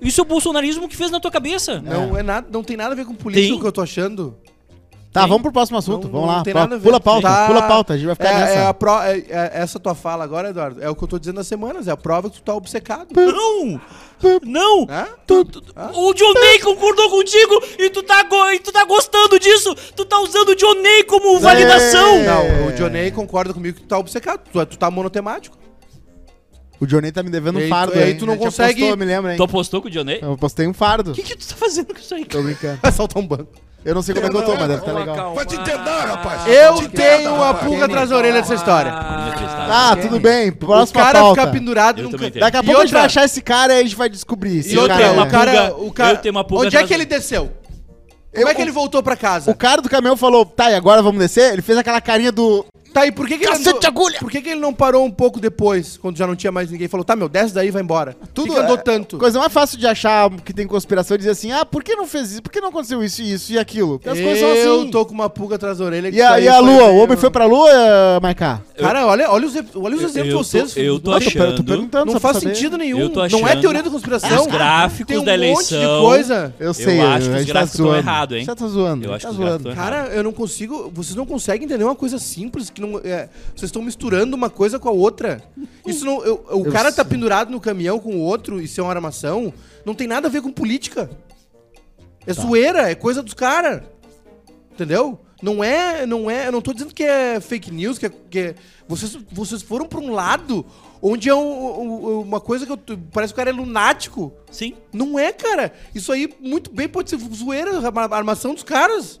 Speaker 2: Isso é o bolsonarismo que fez na tua cabeça.
Speaker 1: Não, é nada, não tem nada a ver com política
Speaker 2: Tem.
Speaker 1: o que eu tô achando.
Speaker 3: Tá,
Speaker 2: Tem.
Speaker 3: vamos pro próximo assunto.
Speaker 1: Não-
Speaker 3: vamos
Speaker 1: Então não
Speaker 3: lá.
Speaker 1: tem
Speaker 3: Pro-
Speaker 1: nada a ver.
Speaker 3: Pula a pauta,
Speaker 1: Tá.
Speaker 3: pula a pauta. A gente vai ficar
Speaker 1: É-
Speaker 3: nessa.
Speaker 1: é a pro- é- é- essa tua fala agora, Eduardo, é o que eu tô dizendo nas semanas. É a prova que tu tá obcecado. Né?
Speaker 2: Não! Não!
Speaker 1: Hã?
Speaker 2: Tu- tu- o Johnny concordou contigo e tu, tá go- e tu tá gostando disso! Tu tá usando o Johnny como validação!
Speaker 1: Não, o Johnny concorda comigo que tu tá obcecado. Tu, tu tá monotemático.
Speaker 3: O Johnny tá me devendo
Speaker 1: E aí
Speaker 3: um
Speaker 1: tu-
Speaker 3: fardo.
Speaker 1: e aí
Speaker 3: hein?
Speaker 1: tu não
Speaker 3: A gente
Speaker 1: consegue-
Speaker 3: apostou, me lembra, hein?
Speaker 2: Tu apostou com o Johnny? O
Speaker 3: Eu postei um fardo.
Speaker 2: que, que tu tá fazendo com isso aí,
Speaker 3: Tô
Speaker 2: cara?
Speaker 3: brincando.
Speaker 1: Assaltar um banco.
Speaker 3: Eu não sei como é que eu tô, mas deve tá
Speaker 2: Vamos
Speaker 3: legal.
Speaker 2: acalmar.
Speaker 8: Vai te entender, rapaz.
Speaker 1: Eu tenho uma pulga atrás da orelha dessa história.
Speaker 2: Ah,
Speaker 3: Ah, tudo bem.
Speaker 1: O
Speaker 3: Próxima
Speaker 1: cara
Speaker 3: pauta.
Speaker 1: ficar pendurado
Speaker 2: Eu
Speaker 1: num
Speaker 2: também
Speaker 1: ca-
Speaker 2: tenho.
Speaker 3: Daqui a
Speaker 1: E
Speaker 3: pouco a gente
Speaker 1: outra-
Speaker 3: vai achar esse cara e a gente vai descobrir. se
Speaker 1: E
Speaker 3: o
Speaker 1: outra,
Speaker 3: cara é.
Speaker 1: o cara,
Speaker 2: pulga-
Speaker 1: o cara.
Speaker 2: eu tenho uma pulga
Speaker 1: Onde é
Speaker 2: atrás
Speaker 1: que
Speaker 2: da-
Speaker 1: ele desceu? Como é que ele voltou pra casa?
Speaker 3: O cara do caminhão falou, tá, e agora vamos descer? Ele fez aquela carinha do...
Speaker 1: Tá, e por que, que ele.
Speaker 3: Cacete
Speaker 1: andou-
Speaker 3: de agulha!
Speaker 1: Por que, que ele não parou um pouco depois, quando já não tinha mais ninguém? Falou, tá, meu, desce daí e vai embora. Tudo que que andou
Speaker 3: é-
Speaker 1: tanto.
Speaker 3: Coisa mais fácil de achar que tem conspiração é dizer assim, ah, por que não fez isso? Por que não aconteceu isso, isso e aquilo? Porque as coisas são
Speaker 1: Eu
Speaker 3: assim.
Speaker 1: tô com uma pulga atrás da orelha. que
Speaker 3: E
Speaker 1: isso
Speaker 3: a,
Speaker 1: aí
Speaker 3: e a
Speaker 1: foi
Speaker 3: lua? O
Speaker 1: meio-
Speaker 3: homem foi pra lua, Maiká?
Speaker 1: Cara, olha, olha os, olha os exemplos
Speaker 2: eu tô-
Speaker 1: que vocês. um
Speaker 2: eu tô
Speaker 3: Eu tô,
Speaker 2: achando-
Speaker 3: per- tô perguntando,
Speaker 1: Não
Speaker 3: só pra
Speaker 1: faz
Speaker 3: saber.
Speaker 1: sentido nenhum.
Speaker 2: Eu tô
Speaker 1: não é
Speaker 2: achando
Speaker 1: teoria da conspiração.
Speaker 2: os gráficos
Speaker 1: Tem um
Speaker 2: da
Speaker 1: monte
Speaker 2: eleição.
Speaker 1: de coisa.
Speaker 3: Eu sei,
Speaker 2: acho que
Speaker 3: a
Speaker 2: os
Speaker 3: gente tá
Speaker 2: gráficos tão
Speaker 3: zoando.
Speaker 2: errado, hein?
Speaker 3: Você tá zoando.
Speaker 2: Eu
Speaker 3: você
Speaker 2: acho
Speaker 3: tá
Speaker 2: que os gráficos
Speaker 3: zoando.
Speaker 2: tão
Speaker 1: Cara, eu não consigo. Vocês não conseguem entender uma coisa simples que não. é, vocês estão misturando uma coisa com a outra. Isso não. eu- o
Speaker 3: Eu
Speaker 1: cara tá
Speaker 3: sei.
Speaker 1: pendurado no caminhão com o outro e ser uma armação. Não tem nada a ver com política. É
Speaker 3: Tá.
Speaker 1: zoeira, é coisa dos caras. Entendeu? Não é, não é, eu não tô dizendo que é fake news, que é, que é- vocês, vocês foram pra um lado onde é um- um- uma coisa que eu, t- parece que o cara é lunático.
Speaker 2: Sim.
Speaker 1: Não é, cara. Isso aí muito bem pode ser zoeira, a armação dos caras.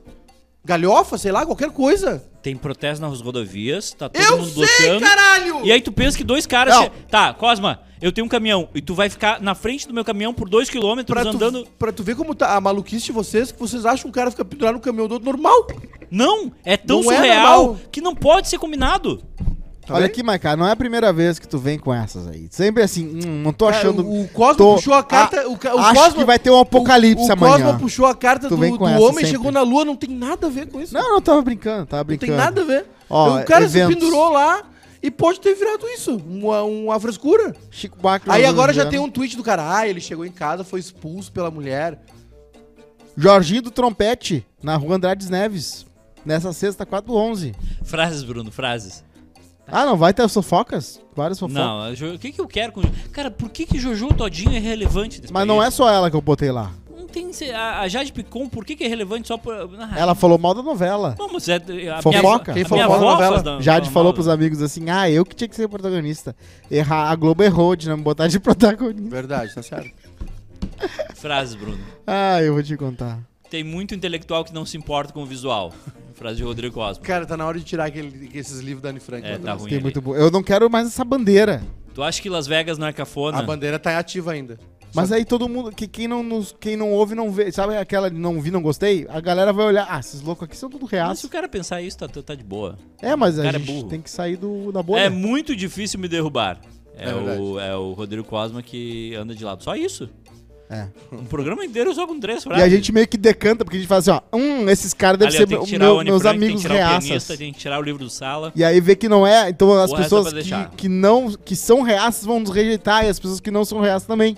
Speaker 1: Galhofa, sei lá, qualquer coisa.
Speaker 2: Tem protesto nas rodovias, tá todo
Speaker 1: Eu
Speaker 2: mundo
Speaker 1: sei,
Speaker 2: bloqueando.
Speaker 1: caralho!
Speaker 2: E aí tu pensa que dois caras.
Speaker 3: Não.
Speaker 2: che- Tá, Cosma, eu tenho um caminhão e tu vai ficar na frente do meu caminhão por dois quilômetros
Speaker 1: pra, tu,
Speaker 2: andando.
Speaker 1: pra tu ver como tá a maluquice de vocês, que vocês acham que um cara fica pendurado no caminhão do outro normal.
Speaker 2: Não! É tão
Speaker 1: Não é
Speaker 2: surreal
Speaker 1: normal.
Speaker 2: que não pode ser combinado.
Speaker 1: Tá
Speaker 3: Olha
Speaker 1: bem?
Speaker 3: aqui, Maiká, não é a primeira vez que tu vem com essas aí. Sempre assim, hum, não tô
Speaker 1: Cara,
Speaker 3: achando.
Speaker 1: o Cosmo
Speaker 3: tô-
Speaker 1: puxou a carta-
Speaker 3: Ah,
Speaker 1: o ca- o
Speaker 3: acho
Speaker 1: Cosmo-
Speaker 3: que vai ter um apocalipse
Speaker 1: o, o
Speaker 3: amanhã.
Speaker 1: Cosma puxou a carta
Speaker 3: Tu
Speaker 1: do,
Speaker 3: vem
Speaker 1: do
Speaker 3: com essa
Speaker 1: homem,
Speaker 3: sempre.
Speaker 1: chegou na lua, não tem nada a ver com isso.
Speaker 3: Não, não, tava brincando, tava
Speaker 1: Não tem
Speaker 3: brincando.
Speaker 1: nada a ver.
Speaker 3: Ó,
Speaker 1: o cara se
Speaker 3: eventos.
Speaker 1: pendurou lá e pode ter virado isso, uma, uma frescura.
Speaker 3: Chico Buarque.
Speaker 1: Aí
Speaker 3: Leonardo
Speaker 1: agora já
Speaker 3: Viana.
Speaker 1: tem um tweet do cara, ah, ele chegou em casa, foi expulso pela mulher.
Speaker 3: Jorginho do Trompete, na rua Andrades Neves. Nessa sexta, 4 do 11.
Speaker 2: Frases, Bruno, frases.
Speaker 3: Ah, não, vai ter sofocas? Várias sofocas.
Speaker 2: Não, eu- o que, que eu quero com. Cara, por que, que Jojo Todinho é relevante nesse
Speaker 3: Mas
Speaker 2: país?
Speaker 3: não é só ela que eu botei lá.
Speaker 2: Não tem. se- A, a Jade Picon, por que, que é relevante só por. Ah,
Speaker 3: Ela falou mal da novela.
Speaker 2: Como se é. A
Speaker 3: Fofoca?
Speaker 2: Minha,
Speaker 1: Quem
Speaker 2: a
Speaker 1: fofoca
Speaker 2: minha
Speaker 1: na
Speaker 2: avó
Speaker 1: novela?
Speaker 2: faz da-
Speaker 3: Jade
Speaker 2: da-
Speaker 3: falou
Speaker 2: da-
Speaker 3: pros amigos assim: ah, eu que tinha que ser protagonista. Errar, a Globo errou de não me botar de protagonista.
Speaker 1: Verdade, tá certo.
Speaker 2: Frases, Bruno.
Speaker 3: Ah, eu vou te contar.
Speaker 2: Tem muito intelectual que não se importa com o visual. Frase de Rodrigo Cosmo.
Speaker 1: Cara, tá na hora de tirar aquele- esses livros da Anne Frank.
Speaker 2: É,
Speaker 1: né?
Speaker 2: tá
Speaker 3: Mas
Speaker 2: ruim.
Speaker 3: Tem
Speaker 2: ali.
Speaker 3: muito bom. Eu não quero mais essa bandeira.
Speaker 2: Tu acha que Las Vegas não é
Speaker 1: A
Speaker 2: cafona?
Speaker 1: bandeira tá ativa ainda.
Speaker 3: Mas aí todo mundo, que quem não, nos, quem não ouve, não vê. Sabe aquela de não vi, não gostei? A galera vai olhar, ah, esses loucos aqui são tudo
Speaker 2: Mas se
Speaker 3: reaço.
Speaker 2: o cara pensar isso, tá, tá de boa.
Speaker 3: É, mas a
Speaker 2: cara é
Speaker 3: gente
Speaker 2: burro.
Speaker 3: tem que sair do, da
Speaker 2: É
Speaker 3: bolha.
Speaker 2: muito difícil me derrubar. É,
Speaker 1: É
Speaker 2: o,
Speaker 1: verdade.
Speaker 2: é o Rodrigo Cosma que anda de lado. Só isso.
Speaker 3: É.
Speaker 2: Um programa inteiro só com três
Speaker 3: e
Speaker 2: frases.
Speaker 3: a gente meio que decanta, porque a gente fala assim, ó, hum, esses caras
Speaker 2: Ali, ó,
Speaker 3: devem ser
Speaker 2: tem
Speaker 3: meu-
Speaker 2: que tirar o
Speaker 3: meu-
Speaker 2: Anne
Speaker 3: meus
Speaker 2: Frank,
Speaker 3: amigos
Speaker 2: tem que tirar o
Speaker 3: reaças.
Speaker 2: pianista, tem que tirar o livro do sala.
Speaker 3: E aí vê que não é, então as
Speaker 2: O resto
Speaker 3: pessoas
Speaker 2: dá pra
Speaker 3: que,
Speaker 2: deixar.
Speaker 3: que não, que são reaças vão nos rejeitar e as pessoas que não são reaças também.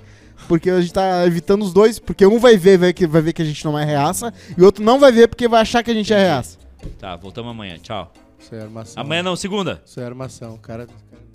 Speaker 3: Porque a gente tá evitando os dois, porque um vai ver, vai, que, vai ver que a gente não é reaça, e o outro não vai ver porque vai achar que a gente é reaça.
Speaker 2: Tá, voltamos amanhã. Tchau.
Speaker 1: Isso é armação.
Speaker 2: Amanhã não, segunda.
Speaker 1: Isso é armação, cara. cara.